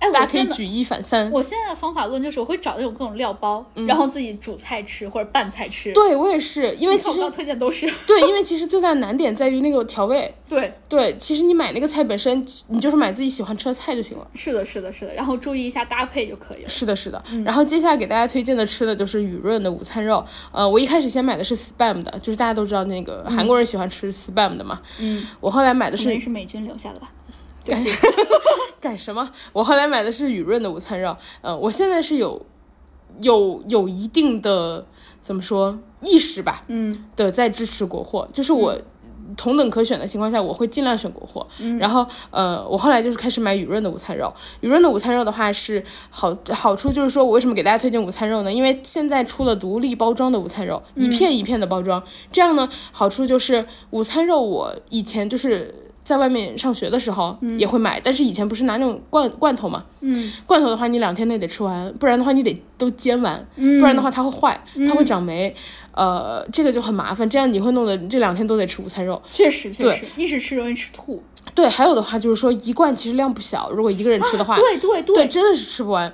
[SPEAKER 2] 哎，
[SPEAKER 1] 大
[SPEAKER 2] 我
[SPEAKER 1] 家可以
[SPEAKER 2] 现在
[SPEAKER 1] 举一反三。
[SPEAKER 2] 我现在的方法论就是我会找那种各种料包，然后自己煮菜吃或者拌菜吃。
[SPEAKER 1] 嗯对我也是，因为
[SPEAKER 2] 你
[SPEAKER 1] 其
[SPEAKER 2] 看我
[SPEAKER 1] 实
[SPEAKER 2] 刚推荐都是 (laughs)
[SPEAKER 1] 对，因为其实最大的难点在于那个调味。
[SPEAKER 2] 对，
[SPEAKER 1] 对，其实你买那个菜本身，你就是买自己喜欢吃的菜就行了。
[SPEAKER 2] 是的，是的，是的，然后注意一下搭配就可以了。
[SPEAKER 1] 是的，是的。
[SPEAKER 2] 嗯
[SPEAKER 1] 然后接下来给大家推荐的吃的就是雨润的午餐肉。呃，我一开始先买的是 spam 的，就是大家都知道那个韩国人喜欢吃 spam 的嘛。嗯。我后来买的
[SPEAKER 2] 可
[SPEAKER 1] 是
[SPEAKER 2] 能是美军留下的吧？对不起，
[SPEAKER 1] 干什么？我后来买的是雨润的午餐肉。呃，我现在是有有有一定的怎么说意识吧，
[SPEAKER 2] 嗯，
[SPEAKER 1] 的在支持国货，就是我。同等可选的情况下，我会尽量选国货。然后，呃，我后来就是开始买雨润的午餐肉。雨润的午餐肉的话是好好处，就是说我为什么给大家推荐午餐肉呢？因为现在出了独立包装的午餐肉，
[SPEAKER 2] 嗯
[SPEAKER 1] 一片一片的包装。这样呢，好处就是午餐肉我以前就是在外面上学的时候也会买，但是以前不是拿那种罐罐头嘛，
[SPEAKER 2] 嗯，
[SPEAKER 1] 罐头的话你两天内得吃完，不然的话你得都煎完，
[SPEAKER 2] 嗯
[SPEAKER 1] 不然的话它会坏，它会长霉，呃，这个就很麻烦，这样你会弄得这两天都得吃午餐肉。
[SPEAKER 2] 确实确
[SPEAKER 1] 对
[SPEAKER 2] 实，一直吃容易吃吐。
[SPEAKER 1] 对，还有的话就是说一罐其实量不小，如果一个人吃的话，
[SPEAKER 2] 啊对对
[SPEAKER 1] 对，
[SPEAKER 2] 对，
[SPEAKER 1] 真的是吃不完。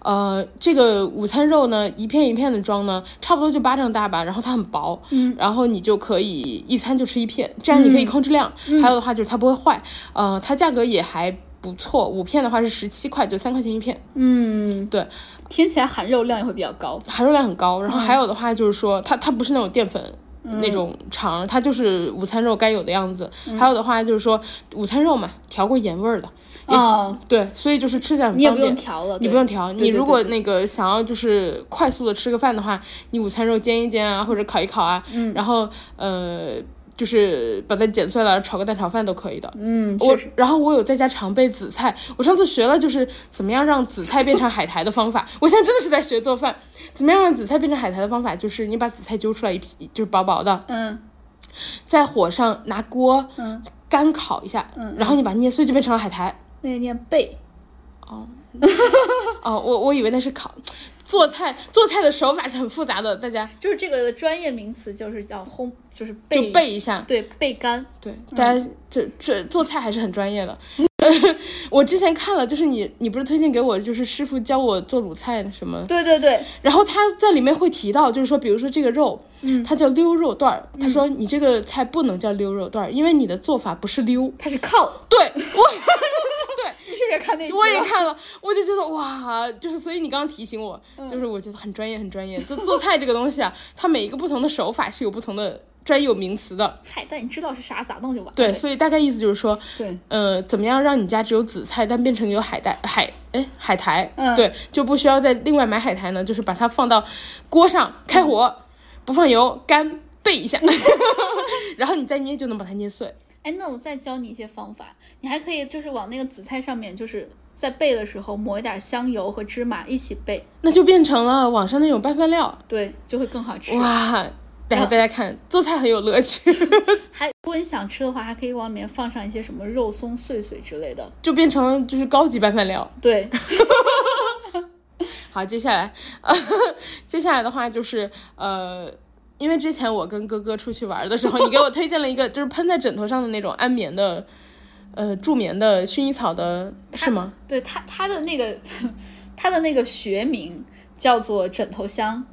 [SPEAKER 1] 呃，这个午餐肉呢，一片一片的装呢，差不多就巴掌大吧，然后它很薄，嗯，然后你就可以一餐就吃一片，这样你
[SPEAKER 2] 嗯
[SPEAKER 1] 可以控制量。还有的话就是它不会坏，呃，它价格也还不错，五片的话是十七块，就三块钱一片，
[SPEAKER 2] 嗯，
[SPEAKER 1] 对，
[SPEAKER 2] 听起来含肉量也会比较高。
[SPEAKER 1] 含肉量很高。然
[SPEAKER 2] 嗯
[SPEAKER 1] 后还有的话就是说，它它不是那种淀粉。那种肠，它就是午餐肉该有的样子。
[SPEAKER 2] 嗯
[SPEAKER 1] 还有的话就是说，午餐肉嘛，调过盐味儿的，也
[SPEAKER 2] 啊，
[SPEAKER 1] 对，所以就是吃起来很
[SPEAKER 2] 你也
[SPEAKER 1] 方
[SPEAKER 2] 不用
[SPEAKER 1] 便。
[SPEAKER 2] 调了，
[SPEAKER 1] 你
[SPEAKER 2] 对
[SPEAKER 1] 不用调，
[SPEAKER 2] 对
[SPEAKER 1] 你
[SPEAKER 2] 对
[SPEAKER 1] 如果
[SPEAKER 2] 对
[SPEAKER 1] 那个想要就是快速的吃个饭的话，你午餐肉煎一煎啊，或者烤一烤啊，
[SPEAKER 2] 嗯
[SPEAKER 1] 然后呃，就是把它剪碎了炒个蛋炒饭都可以的。
[SPEAKER 2] 嗯，
[SPEAKER 1] 我
[SPEAKER 2] 确实，
[SPEAKER 1] 然后我有在家常备紫菜，我上次学了就是怎么样让紫菜变成海苔的方法。我现在真的是在学做饭，怎么样让紫菜变成海苔的方法就是你把紫菜揪出来一批，就是薄薄的，
[SPEAKER 2] 嗯
[SPEAKER 1] 在火上拿锅
[SPEAKER 2] 嗯，
[SPEAKER 1] 干烤一下，然后你把它捏碎就变成了海苔。
[SPEAKER 2] 那个念背，
[SPEAKER 1] 哦，我我以为那是烤。做菜做菜的手法是很复杂的，大家
[SPEAKER 2] 就是这个专业名词就是叫烘，就是
[SPEAKER 1] 就
[SPEAKER 2] 背
[SPEAKER 1] 背一下。嗯
[SPEAKER 2] 对背干，
[SPEAKER 1] 对，大家这这做菜还是很专业的。 (laughs) 我之前看了，就是你你不是推荐给我，就是师傅教我做卤菜什么，
[SPEAKER 2] 对对对，
[SPEAKER 1] 然后他在里面会提到，就是说，比如说这个肉，嗯，它叫溜肉段儿，他说你这个菜不能叫溜肉段儿，因为你的做法不是溜。
[SPEAKER 2] 它是靠，
[SPEAKER 1] 对，我
[SPEAKER 2] 你是也看那集了，
[SPEAKER 1] 我也看了，我就觉得哇，就是所以你刚刚提醒我，就是我觉得很专业，很专业。做做菜这个东西啊，它每一个不同的手法是有不同的专有名词的。
[SPEAKER 2] 嗨，但你知道是啥咋弄就完了。
[SPEAKER 1] 对，所以大概意思就是说，
[SPEAKER 2] 对，
[SPEAKER 1] 呃，怎么样让你家只有紫菜，但变成有海带海哎海苔，
[SPEAKER 2] 嗯
[SPEAKER 1] 对，就不需要再另外买海苔呢，就是把它放到锅上开火，不放油，干焙 (laughs) 一下，然后你再捏就能把它捏碎。
[SPEAKER 2] 哎，那我再教你一些方法，你还可以就是往那个紫菜上面，就是在备的时候抹一点香油和芝麻一起备，
[SPEAKER 1] 那就变成了网上那种拌饭料，
[SPEAKER 2] 对，就会更好吃。
[SPEAKER 1] 哇！然后大家看做菜很有乐趣，
[SPEAKER 2] 还如果你想吃的话，还可以往里面放上一些什么肉松碎碎之类的。
[SPEAKER 1] 就变成了就是高级拌饭料。
[SPEAKER 2] 对，
[SPEAKER 1] 好，接下来， (laughs) 接下来的话就是呃，因为之前我跟哥哥出去玩的时候，你给我推荐了一个就是喷在枕头上的那种安眠的，呃，助眠的薰衣草的，是吗？
[SPEAKER 2] 对它它的那个它的那个学名叫做枕头香，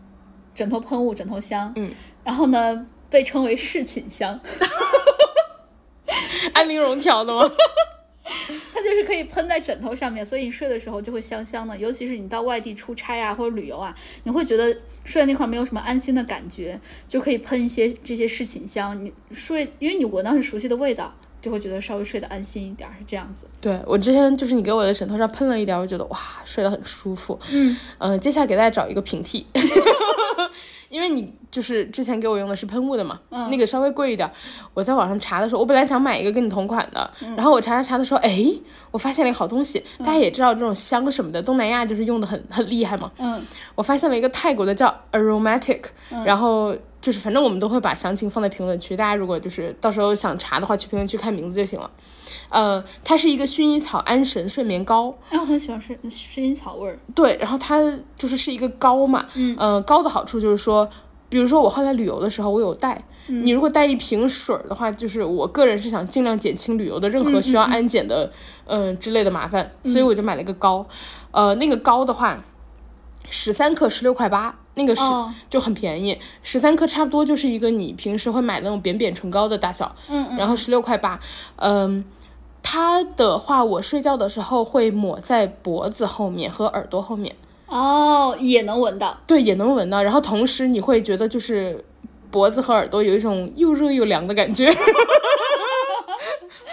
[SPEAKER 2] 枕头喷雾、枕头香。嗯，然后呢，被称为侍寝香。
[SPEAKER 1] (laughs) 安陵容调的吗？
[SPEAKER 2] 它就是可以喷在枕头上面，所以你睡的时候就会香香的。尤其是你到外地出差啊或者旅游啊，你会觉得睡在那块没有什么安心的感觉，就可以喷一些这些侍寝香。你睡，因为你闻到是熟悉的味道，就会觉得稍微睡得安心一点，是这样子。
[SPEAKER 1] 对我之前就是你给我的枕头上喷了一点，我觉得哇，睡得很舒服。
[SPEAKER 2] 嗯，
[SPEAKER 1] 呃，接下来给大家找一个平替， (laughs) 因为你就是之前给我用的是喷雾的嘛，
[SPEAKER 2] 嗯
[SPEAKER 1] 那个稍微贵一点。我在网上查的时候，我本来想买一个跟你同款的，
[SPEAKER 2] 嗯
[SPEAKER 1] 然后我查查查的时候，哎，我发现了一个好东西。大家也知道这种香什么的，东南亚就是用的很很厉害嘛。
[SPEAKER 2] 嗯，
[SPEAKER 1] 我发现了一个泰国的叫 Aromatic，、然后就是反正我们都会把详情放在评论区，大家如果就是到时候想查的话，去评论区看名字就行了。呃，它是一个薰衣草安神睡眠膏，
[SPEAKER 2] 哎，我很喜欢睡薰衣草味儿。
[SPEAKER 1] 对，然后它就是是一个膏嘛，嗯、呃，膏的好处就是说，比如说我后来旅游的时候，我有带。
[SPEAKER 2] 嗯
[SPEAKER 1] 你如果带一瓶水儿的话，就是我个人是想尽量减轻旅游的任
[SPEAKER 2] 嗯
[SPEAKER 1] 何需要安检的，嗯、呃、之类的麻烦，所以我就买了一个膏，呃，那个膏的话，十三克十六块八，那个是、
[SPEAKER 2] 哦
[SPEAKER 1] 就很便宜，十三克差不多就是一个你平时会买的那种扁扁唇膏的大小，
[SPEAKER 2] 嗯
[SPEAKER 1] 然后十六块八，嗯。它的话，我睡觉的时候会抹在脖子后面和耳朵后面，
[SPEAKER 2] 哦，也能闻到。
[SPEAKER 1] 对，也能闻到。然后同时你会觉得就是脖子和耳朵有一种又热又凉的感觉，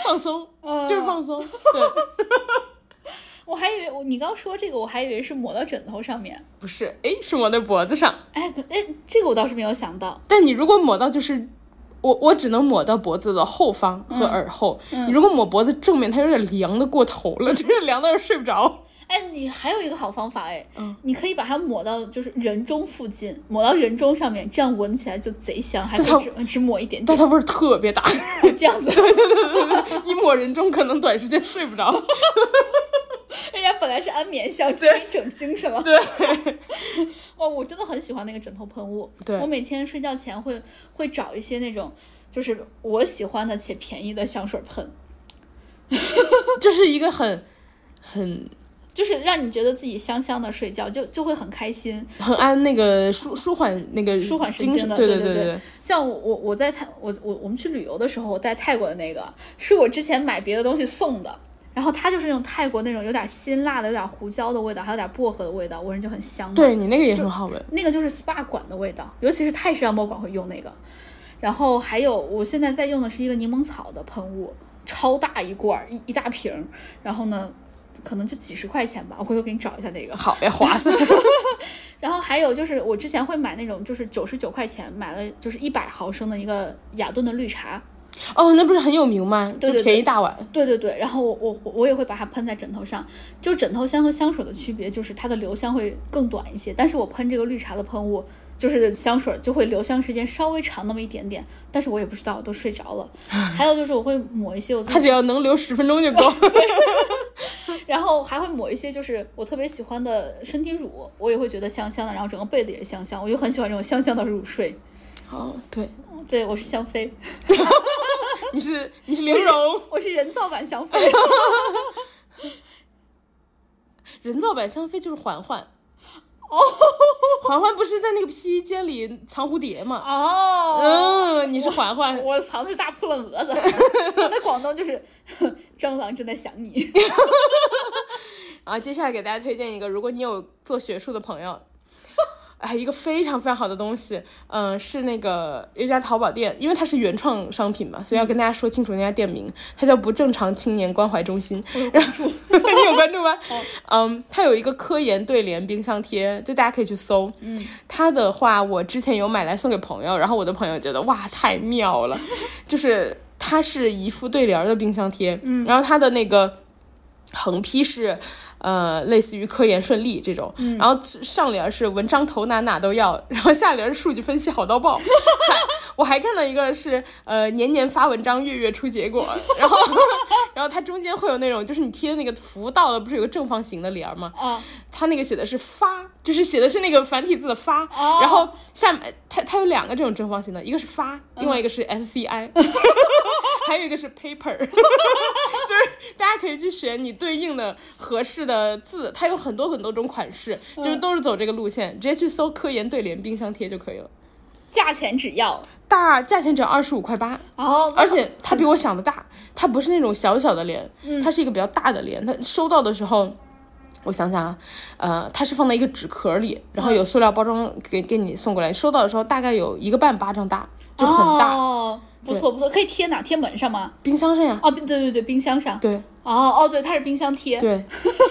[SPEAKER 1] 放松，就是放松。对，
[SPEAKER 2] 我还以为我你刚说这个，我还以为是抹到枕头上面。
[SPEAKER 1] 不是，哎，是抹在脖子上。
[SPEAKER 2] 哎，可哎，这个我倒是没有想到。
[SPEAKER 1] 但你如果抹到就是。我我只能抹到脖子的后方和耳后，你如果抹脖子正面，它有点凉的过头了，就是凉到睡不着。
[SPEAKER 2] 哎，你还有一个好方法哎，你可以把它抹到就是人中附近，抹到人中上面，这样闻起来就贼香，还可
[SPEAKER 1] 它
[SPEAKER 2] 以只只抹一点
[SPEAKER 1] 但
[SPEAKER 2] 点，
[SPEAKER 1] 它味儿特别大，
[SPEAKER 2] 这样子。
[SPEAKER 1] 一抹人中可能短时间睡不着。
[SPEAKER 2] 人家本来是安眠香，直接整精神了。 (laughs) 对，哇，我真的很喜欢那个枕头喷雾。
[SPEAKER 1] 对
[SPEAKER 2] 我每天睡觉前会会找一些那种就是我喜欢的且便宜的香水喷，
[SPEAKER 1] 就是一个很很
[SPEAKER 2] 就是让你觉得自己香香的睡觉，就就会很开心。
[SPEAKER 1] 很安那个舒舒缓那个
[SPEAKER 2] 舒缓神
[SPEAKER 1] 精
[SPEAKER 2] 经
[SPEAKER 1] 神
[SPEAKER 2] 的
[SPEAKER 1] 对
[SPEAKER 2] 对
[SPEAKER 1] 对
[SPEAKER 2] 对
[SPEAKER 1] 对，
[SPEAKER 2] 像我我我在泰我我我们去旅游的时候，我带泰国的那个是我之前买别的东西送的，然后它就是那种泰国那种有点辛辣的、有点胡椒的味道，还有点薄荷的味道，闻着就很香嘛。
[SPEAKER 1] 对你那个也很好闻。
[SPEAKER 2] 那个就是 SPA 馆的味道，尤其是泰式按摩馆会用那个。然后还有我现在在用的是一个柠檬草的喷雾，超大一罐儿一一大瓶儿，然后呢，可能就几十块钱吧，我回头给你找一下那个。
[SPEAKER 1] 好呀，划
[SPEAKER 2] (laughs)
[SPEAKER 1] 算。
[SPEAKER 2] 然后还有就是，我之前会买那种，就是九十九块钱买了，就是一百毫升的一个雅顿的绿茶。
[SPEAKER 1] 哦，那不是很有名吗？
[SPEAKER 2] 对对
[SPEAKER 1] 就便宜大碗。
[SPEAKER 2] 对对对，然后我我我也会把它喷在枕头上。就枕头香和香水的区别，就是它的留香会更短一些，但是我喷这个绿茶的喷雾，就是香水就会留香时间稍微长那么一点点，但是我也不知道，我都睡着了。还有就是我会抹一些我自
[SPEAKER 1] 它
[SPEAKER 2] 己，
[SPEAKER 1] 只要能留十分钟就够。 (laughs)
[SPEAKER 2] 然后还会抹一些就是我特别喜欢的身体乳，我也会觉得香香的，然后整个被子也是香香，我就很喜欢这种香香的乳睡。
[SPEAKER 1] 哦，对，
[SPEAKER 2] 对，我是香妃。
[SPEAKER 1] 你是你是玲珑，
[SPEAKER 2] (laughs) 我是人造版香妃。
[SPEAKER 1] 人造版香妃就是嬛嬛。哦，嬛嬛不是在那个披衣间里藏蝴蝶吗？ (laughs)
[SPEAKER 2] 哦，
[SPEAKER 1] 嗯，你是嬛嬛。
[SPEAKER 2] 我藏的是 (laughs) 大扑棱蛾子，我的广东就是蟑螂正在想你。
[SPEAKER 1] 然后接下来给大家推荐一个，如果你有做学术的朋友， (laughs) 哎，一个非常非常好的东西，嗯、是那个一家淘宝店，因为它是原创商品嘛，所以要跟大家说清楚那家店名，它叫不正常青年关怀中心。然后 (laughs) 你有关注吗？嗯，它有一个科研对联冰箱贴，就大家可以去搜。嗯，它的话我之前有买来送给朋友，然后我的朋友觉得哇太妙 (laughs) 了，就是它是一副对联儿的冰箱贴，嗯，然后它的那个横批是。呃，类似于科研顺利这种，然后上联儿是文章头哪哪都要，然后下联儿是数据分析好到爆。 (laughs) 还我还看到一个是呃年年发文章，月月出结果，然后 (laughs) 然后它中间会有那种就是你贴的那个福到了，不是有个正方形的联儿吗？
[SPEAKER 2] 啊，
[SPEAKER 1] 它那个写的是发，就是写的是那个繁体字的发，
[SPEAKER 2] 哦
[SPEAKER 1] 然后下面它它有两个这种正方形的，一个是发，另外一个是 SCI，、还有一个是 paper，就是大家可以去选你对应的合适的字，它有很多很多种款式，就是都是走这个路线，直接去搜科研对联冰箱贴就可以了。
[SPEAKER 2] 价钱只要
[SPEAKER 1] 大价钱只要二十五块八，
[SPEAKER 2] 哦，
[SPEAKER 1] 而且它比我想的大，它不是那种小小的脸，它是一个比较大的脸。它收到的时候，我想想啊，呃，它是放在一个纸壳里，然后有塑料包装给给你送过来。收到的时候大概有一个半巴掌大，就很大。
[SPEAKER 2] 哦，不错不错，可以贴哪？贴门上吗？
[SPEAKER 1] 冰箱上呀，
[SPEAKER 2] 哦，对对对，冰箱上。
[SPEAKER 1] 对
[SPEAKER 2] 哦哦，对，它是冰箱贴。
[SPEAKER 1] 对，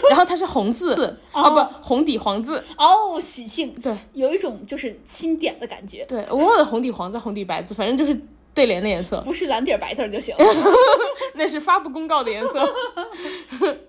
[SPEAKER 1] 然后它是红字，哦、不，红底黄字，
[SPEAKER 2] 哦，喜庆，
[SPEAKER 1] 对
[SPEAKER 2] 有一种就是钦点的感觉，
[SPEAKER 1] 对，我忘了红底黄字，红底白字，反正就是对联的颜色，
[SPEAKER 2] 不是蓝底儿白字儿就行了。
[SPEAKER 1] (laughs) 那是发布公告的颜色。 (laughs)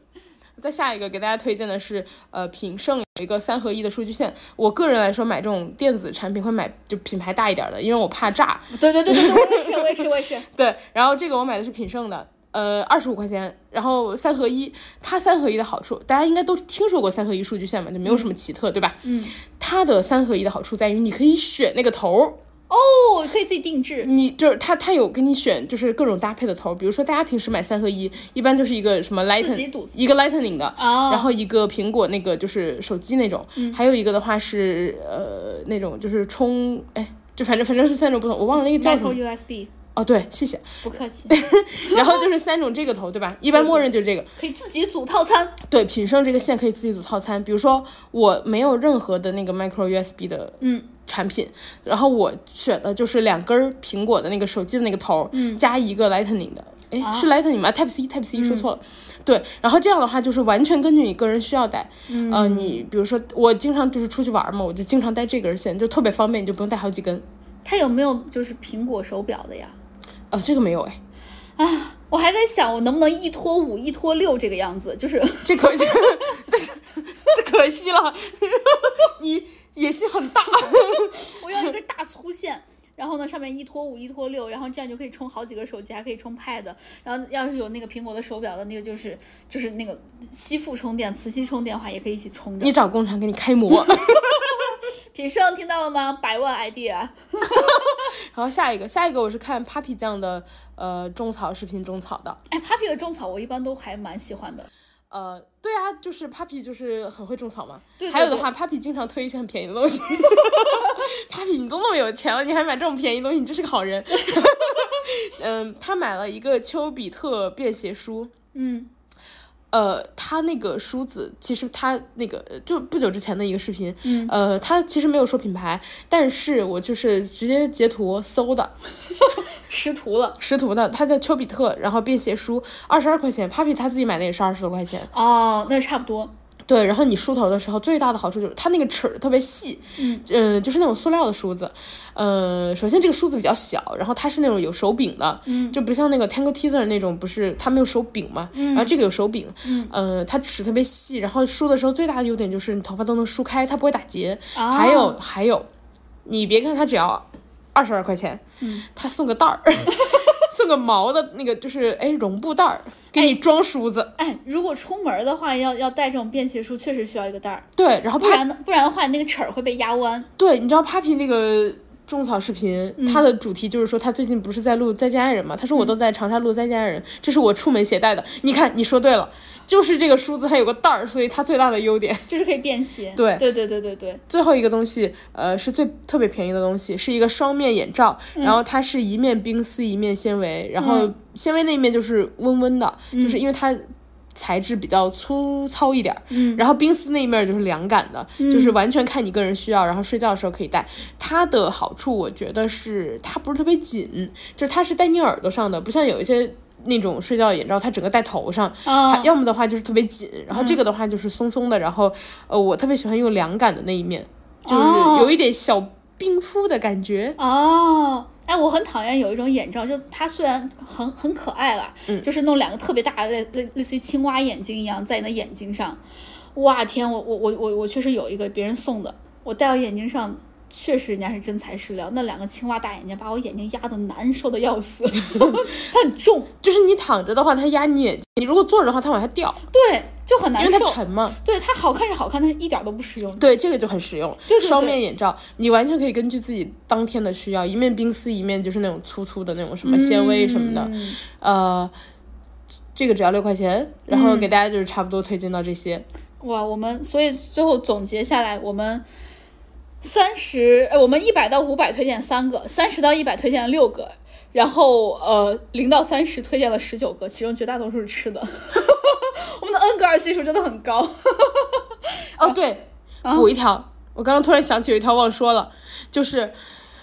[SPEAKER 1] 再下一个给大家推荐的是，呃，品胜有一个三合一的数据线。我个人来说，买这种电子产品会买就品牌大一点的，因为我怕炸。
[SPEAKER 2] 对对对对，对我也是，我也是，我也是。
[SPEAKER 1] 对，然后这个我买的是品胜的，呃，二十五块钱，然后三合一。它三合一的好处，大家应该都听说过三合一数据线嘛，就没有什么奇特，对吧？嗯。它的三合一的好处在于，你可以选那个头儿，
[SPEAKER 2] 哦，可以自己定制。
[SPEAKER 1] 你就是它，它有给你选，就是各种搭配的头儿，比如说大家平时买三合一，一般就是一个什么
[SPEAKER 2] 自己
[SPEAKER 1] Lightning，
[SPEAKER 2] 组
[SPEAKER 1] 一个 Lightning 的，
[SPEAKER 2] 哦嗯
[SPEAKER 1] 然后一个苹果那个就是手机那种，还有一个的话是呃那种就是充，哎，就反正反正是三种不同，我忘了那个叫什么
[SPEAKER 2] Micro USB，
[SPEAKER 1] 哦，对，谢谢。
[SPEAKER 2] 不客气，
[SPEAKER 1] 然后就是三种这个头，对吧？一般默认就是这个。
[SPEAKER 2] 可以自己组套餐。
[SPEAKER 1] 对，品胜这个线可以自己组套餐。比如说，我没有任何的那个 micro USB 的
[SPEAKER 2] 嗯
[SPEAKER 1] 产品，然后我选的就是两根儿苹果的那个手机的那个头儿，加一个 Lightning 的，诶，是 Lightning 吗？Type C Type C 说错了。对，然后这样的话就是完全根据你个人需要带，嗯、呃，你比如说我经常就是出去玩嘛，我就经常带这根线，就特别方便，你就不用带好几根。
[SPEAKER 2] 它有没有就是苹果手表的呀？
[SPEAKER 1] 呃，这个没有哎，
[SPEAKER 2] 我还在想，我能不能一拖五、一拖六这个样子， (laughs) 就是
[SPEAKER 1] 这可 (laughs) 这这可惜了， (laughs) 你野心很大。 (laughs)
[SPEAKER 2] 我要一根大粗线，然后呢上面一拖五、一拖六，然后这样就可以充好几个手机，还可以充 Pad。然后要是有那个苹果的手表的那个，就是就是那个吸附充电、磁吸充电的话，也可以一起充着
[SPEAKER 1] 你。找工厂给你开模。
[SPEAKER 2] 品胜听到了吗？百万 idea，
[SPEAKER 1] 然后下一个，下一个我是看 Papi 酱的呃种草视频种草的，
[SPEAKER 2] 哎，Papi 的种草我一般都还蛮喜欢的。
[SPEAKER 1] 呃，对啊，就是 Papi 就是很会种草嘛。
[SPEAKER 2] 对对
[SPEAKER 1] 还有的话，Papi 经常推一些很便宜的东西。Papi，你都那么有钱了，你还买这种便宜的东西，你真是个好人。 (laughs) 嗯，他买了一个丘比特便携书。
[SPEAKER 2] 嗯，
[SPEAKER 1] 呃，他那个梳子，其实他那个呃就不久之前的一个视频，嗯，呃，他其实没有说品牌，但是我就是直接截图搜的，
[SPEAKER 2] 识图了。
[SPEAKER 1] 识图的，它叫丘比特，然后便携书，二十二块钱，Papi 他自己买的也是二十多块钱。
[SPEAKER 2] 哦，那差不多。
[SPEAKER 1] 对，然后你梳头的时候，最大的好处就是它那个齿儿特别细，嗯、就是那种塑料的梳子，呃，首先这个梳子比较小，然后它是那种有手柄的，嗯，就不像那个 Tango Teaser 那种，不是它没有手柄嘛，嗯，然后这个有手柄，嗯，呃，它齿特别细，然后梳的时候最大的优点就是你头发都能梳开，它不会打结，
[SPEAKER 2] 哦
[SPEAKER 1] 还有还有，你别看它只要二十二块钱，嗯，它送个袋儿， (laughs) 送个毛的那个就是哎绒布袋儿给你装梳子，
[SPEAKER 2] 哎，如果出门的话，要要带这种便携梳，确实需要一个袋儿。
[SPEAKER 1] 对，然后
[SPEAKER 2] 不
[SPEAKER 1] 怕
[SPEAKER 2] 然的不然的话，那个齿儿会被压弯。
[SPEAKER 1] 对，你知道 Papi 那个种草视频，它的主题就是说他最近不是在录《再见爱人》嘛？他说我都在长沙录《再见爱人》，这是我出门携带的。你看，你说对了，就是这个梳子它有个袋儿，所以它最大的优点。
[SPEAKER 2] 就是可以便携。
[SPEAKER 1] 对
[SPEAKER 2] 对对对对对，
[SPEAKER 1] 最后一个东西，呃，是最特别便宜的东西，是一个双面眼罩，然后它是一面冰丝一面纤维，然后纤维那一面就是温温的，就是因为它。材质比较粗糙一点，嗯，然后冰丝那一面就是凉感的，就是完全看你个人需要，然后睡觉的时候可以戴。它的好处我觉得是它不是特别紧，就是它是戴你耳朵上的，不像有一些。那种睡觉眼罩，它整个戴头上，
[SPEAKER 2] 哦
[SPEAKER 1] 它要么的话就是特别紧，然后
[SPEAKER 2] 嗯
[SPEAKER 1] 这个的话就是松松的，然后呃，我特别喜欢用凉感的那一面，就是有一点小冰敷的感觉。
[SPEAKER 2] 哦，哎，我很讨厌有一种眼罩，就它虽然很很可爱啦，
[SPEAKER 1] 嗯
[SPEAKER 2] 就是弄两个特别大的类类类似于青蛙眼睛一样在你的眼睛上，哇天，我我我我我确实有一个别人送的，我戴到眼睛上。确实，人家是真材实料。那两个青蛙大眼睛把我眼睛压得难受的要
[SPEAKER 1] (laughs)
[SPEAKER 2] 死，它很重，
[SPEAKER 1] 就是你躺着的话，它压你眼睛；你如果坐着的话，它往下掉，
[SPEAKER 2] 对，就很难
[SPEAKER 1] 因为它
[SPEAKER 2] 受。
[SPEAKER 1] 沉嘛。
[SPEAKER 2] 对它好看是好看，但是一点都不实用。
[SPEAKER 1] 对，这个就很实用。
[SPEAKER 2] 对对对
[SPEAKER 1] 双面眼罩，你完全可以根据自己当天的需要，一面冰丝，一面就是那种粗粗的那种什么纤维什么的。
[SPEAKER 2] 嗯
[SPEAKER 1] 呃，这个只要六块钱，然
[SPEAKER 2] 嗯
[SPEAKER 1] 后给大家就是差不多推荐到这些。
[SPEAKER 2] 哇，我们所以最后总结下来，我们三十，呃，我们一百到五百推荐三个，三十到一百推荐了六个，然后呃，零到三十推荐了十九个，其中绝大多数是吃的。 (laughs) 我们的恩格尔系数真的很高。
[SPEAKER 1] 哦，对，补一条，我刚刚突然想起有一条忘说了，就是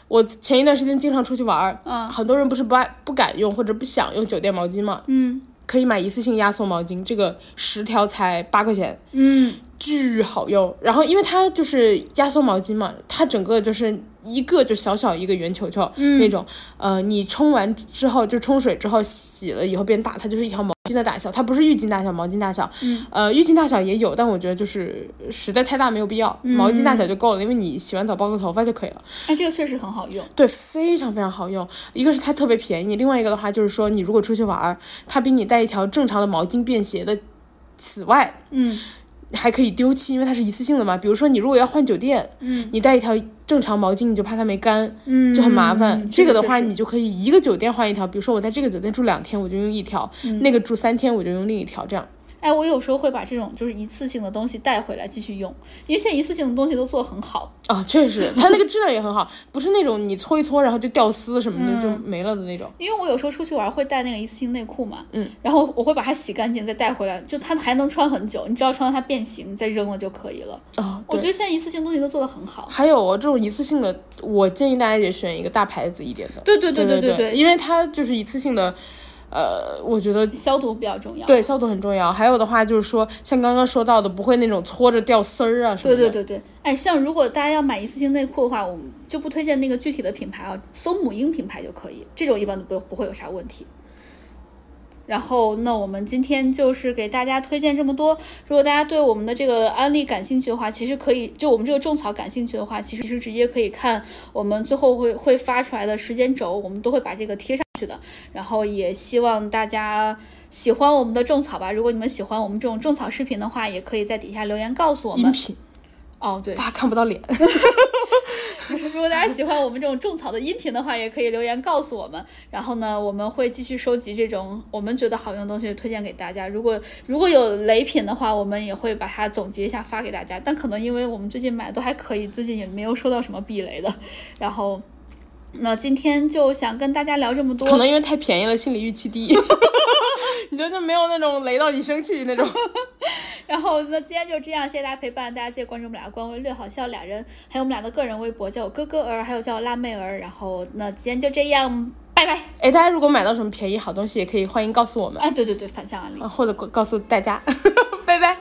[SPEAKER 1] 我前一段时间经常出去玩儿，
[SPEAKER 2] 嗯
[SPEAKER 1] 很多人不是不爱不敢用或者不想用酒店毛巾嘛，
[SPEAKER 2] 嗯
[SPEAKER 1] 可以买一次性压缩毛巾，这个十条才八块钱，
[SPEAKER 2] 嗯，
[SPEAKER 1] 巨好用。然后因为它就是压缩毛巾嘛，它整个就是一个就小小一个圆球球、
[SPEAKER 2] 嗯
[SPEAKER 1] 那种，呃，你冲完之后就冲水之后洗了以后变大，它就是一条毛巾的大小，它不是浴巾大小，毛巾大小，呃，浴巾大小也有，但我觉得就是实在太大没有必要，毛巾大小就够了，因为你洗完澡包个头发就可以了。
[SPEAKER 2] 哎，这个确实很好用。
[SPEAKER 1] 对，非常非常好用。一个是它特别便宜，另外一个的话就是说，你如果出去玩儿，它比你带一条正常的毛巾便携的，此外
[SPEAKER 2] 嗯
[SPEAKER 1] 还可以丢弃，因为它是一次性的嘛。比如说你如果要换酒店，
[SPEAKER 2] 嗯，
[SPEAKER 1] 你带一条正常毛巾，你就怕它没干，
[SPEAKER 2] 嗯，
[SPEAKER 1] 就很麻烦。
[SPEAKER 2] 嗯
[SPEAKER 1] 这个的
[SPEAKER 2] 确
[SPEAKER 1] 话，
[SPEAKER 2] 实
[SPEAKER 1] 你就可以一个酒店换一条。比如说我在这个酒店住两天，我就用一条；
[SPEAKER 2] 嗯
[SPEAKER 1] 那个住三天，我就用另一条，这样。
[SPEAKER 2] 哎，我有时候会把这种就是一次性的东西带回来继续用，因为现在一次性的东西都做得很好。
[SPEAKER 1] 啊、确实， (laughs) 它那个质量也很好，不是那种你搓一搓然后就掉丝什
[SPEAKER 2] 嗯
[SPEAKER 1] 么的、就没了的那种。
[SPEAKER 2] 因为我有时候出去玩会带那个一次性内裤嘛，嗯，然后我会把它洗干净再带回来，就它还能穿很久，你只要穿到它变形你再扔了就可以了。
[SPEAKER 1] 哦，
[SPEAKER 2] 我
[SPEAKER 1] 对。
[SPEAKER 2] 觉得现在一次性东西都做得很好。
[SPEAKER 1] 还有哦这种一次性的，我建议大家也选一个大牌子一点的。
[SPEAKER 2] 对对对
[SPEAKER 1] 对
[SPEAKER 2] 对
[SPEAKER 1] 对，因为它就是一次性的，呃，我觉得
[SPEAKER 2] 消毒比较重要。
[SPEAKER 1] 对消毒很重要。还有的话就是说，像刚刚说到的，不会那种搓着掉丝儿啊什么
[SPEAKER 2] 对
[SPEAKER 1] 的。
[SPEAKER 2] 对对对，哎，像如果大家要买一次性内裤的话，我们就不推荐那个具体的品牌啊，搜母婴品牌就可以，这种一般都不不会有啥问题。然后，那我们今天就是给大家推荐这么多。如果大家对我们的这个案例感兴趣的话，其实可以就我们这个种草感兴趣的话，其实其实直接可以看我们最后会会发出来的时间轴，我们都会把这个贴上去的。然后也希望大家喜欢我们的种草吧。如果你们喜欢我们这种种草视频的话，也可以在底下留言告诉我们
[SPEAKER 1] 音。频 (laughs)
[SPEAKER 2] 哦，对，
[SPEAKER 1] 大家看不到脸。
[SPEAKER 2] 如果大家喜欢我们这种种草的音频的话，也可以留言告诉我们。然后呢，我们会继续收集这种我们觉得好用的东西推荐给大家。如果如果有雷品的话，我们也会把它总结一下发给大家。但可能因为我们最近买都还可以，最近也没有收到什么避雷的。 (laughs) 然后，那今天就想跟大家聊这么多。
[SPEAKER 1] 可能因为太便宜了，心理预期低。 (laughs) 你知道就没有那种雷到你生气那种。
[SPEAKER 2] 然后那今天就这样，谢谢大家陪伴，大家记得关注我们俩的官微“略好笑”俩人，还有我们俩的个人微博，叫我哥哥儿，还有叫我辣妹儿。然后那今天就这样，拜啊拜。
[SPEAKER 1] (laughs) 哎，大家如果买到什么便宜好东西，也可以欢迎告诉我们，
[SPEAKER 2] 哎，对对对，反向案例。
[SPEAKER 1] (laughs) 啊，或者告告诉大家，拜拜。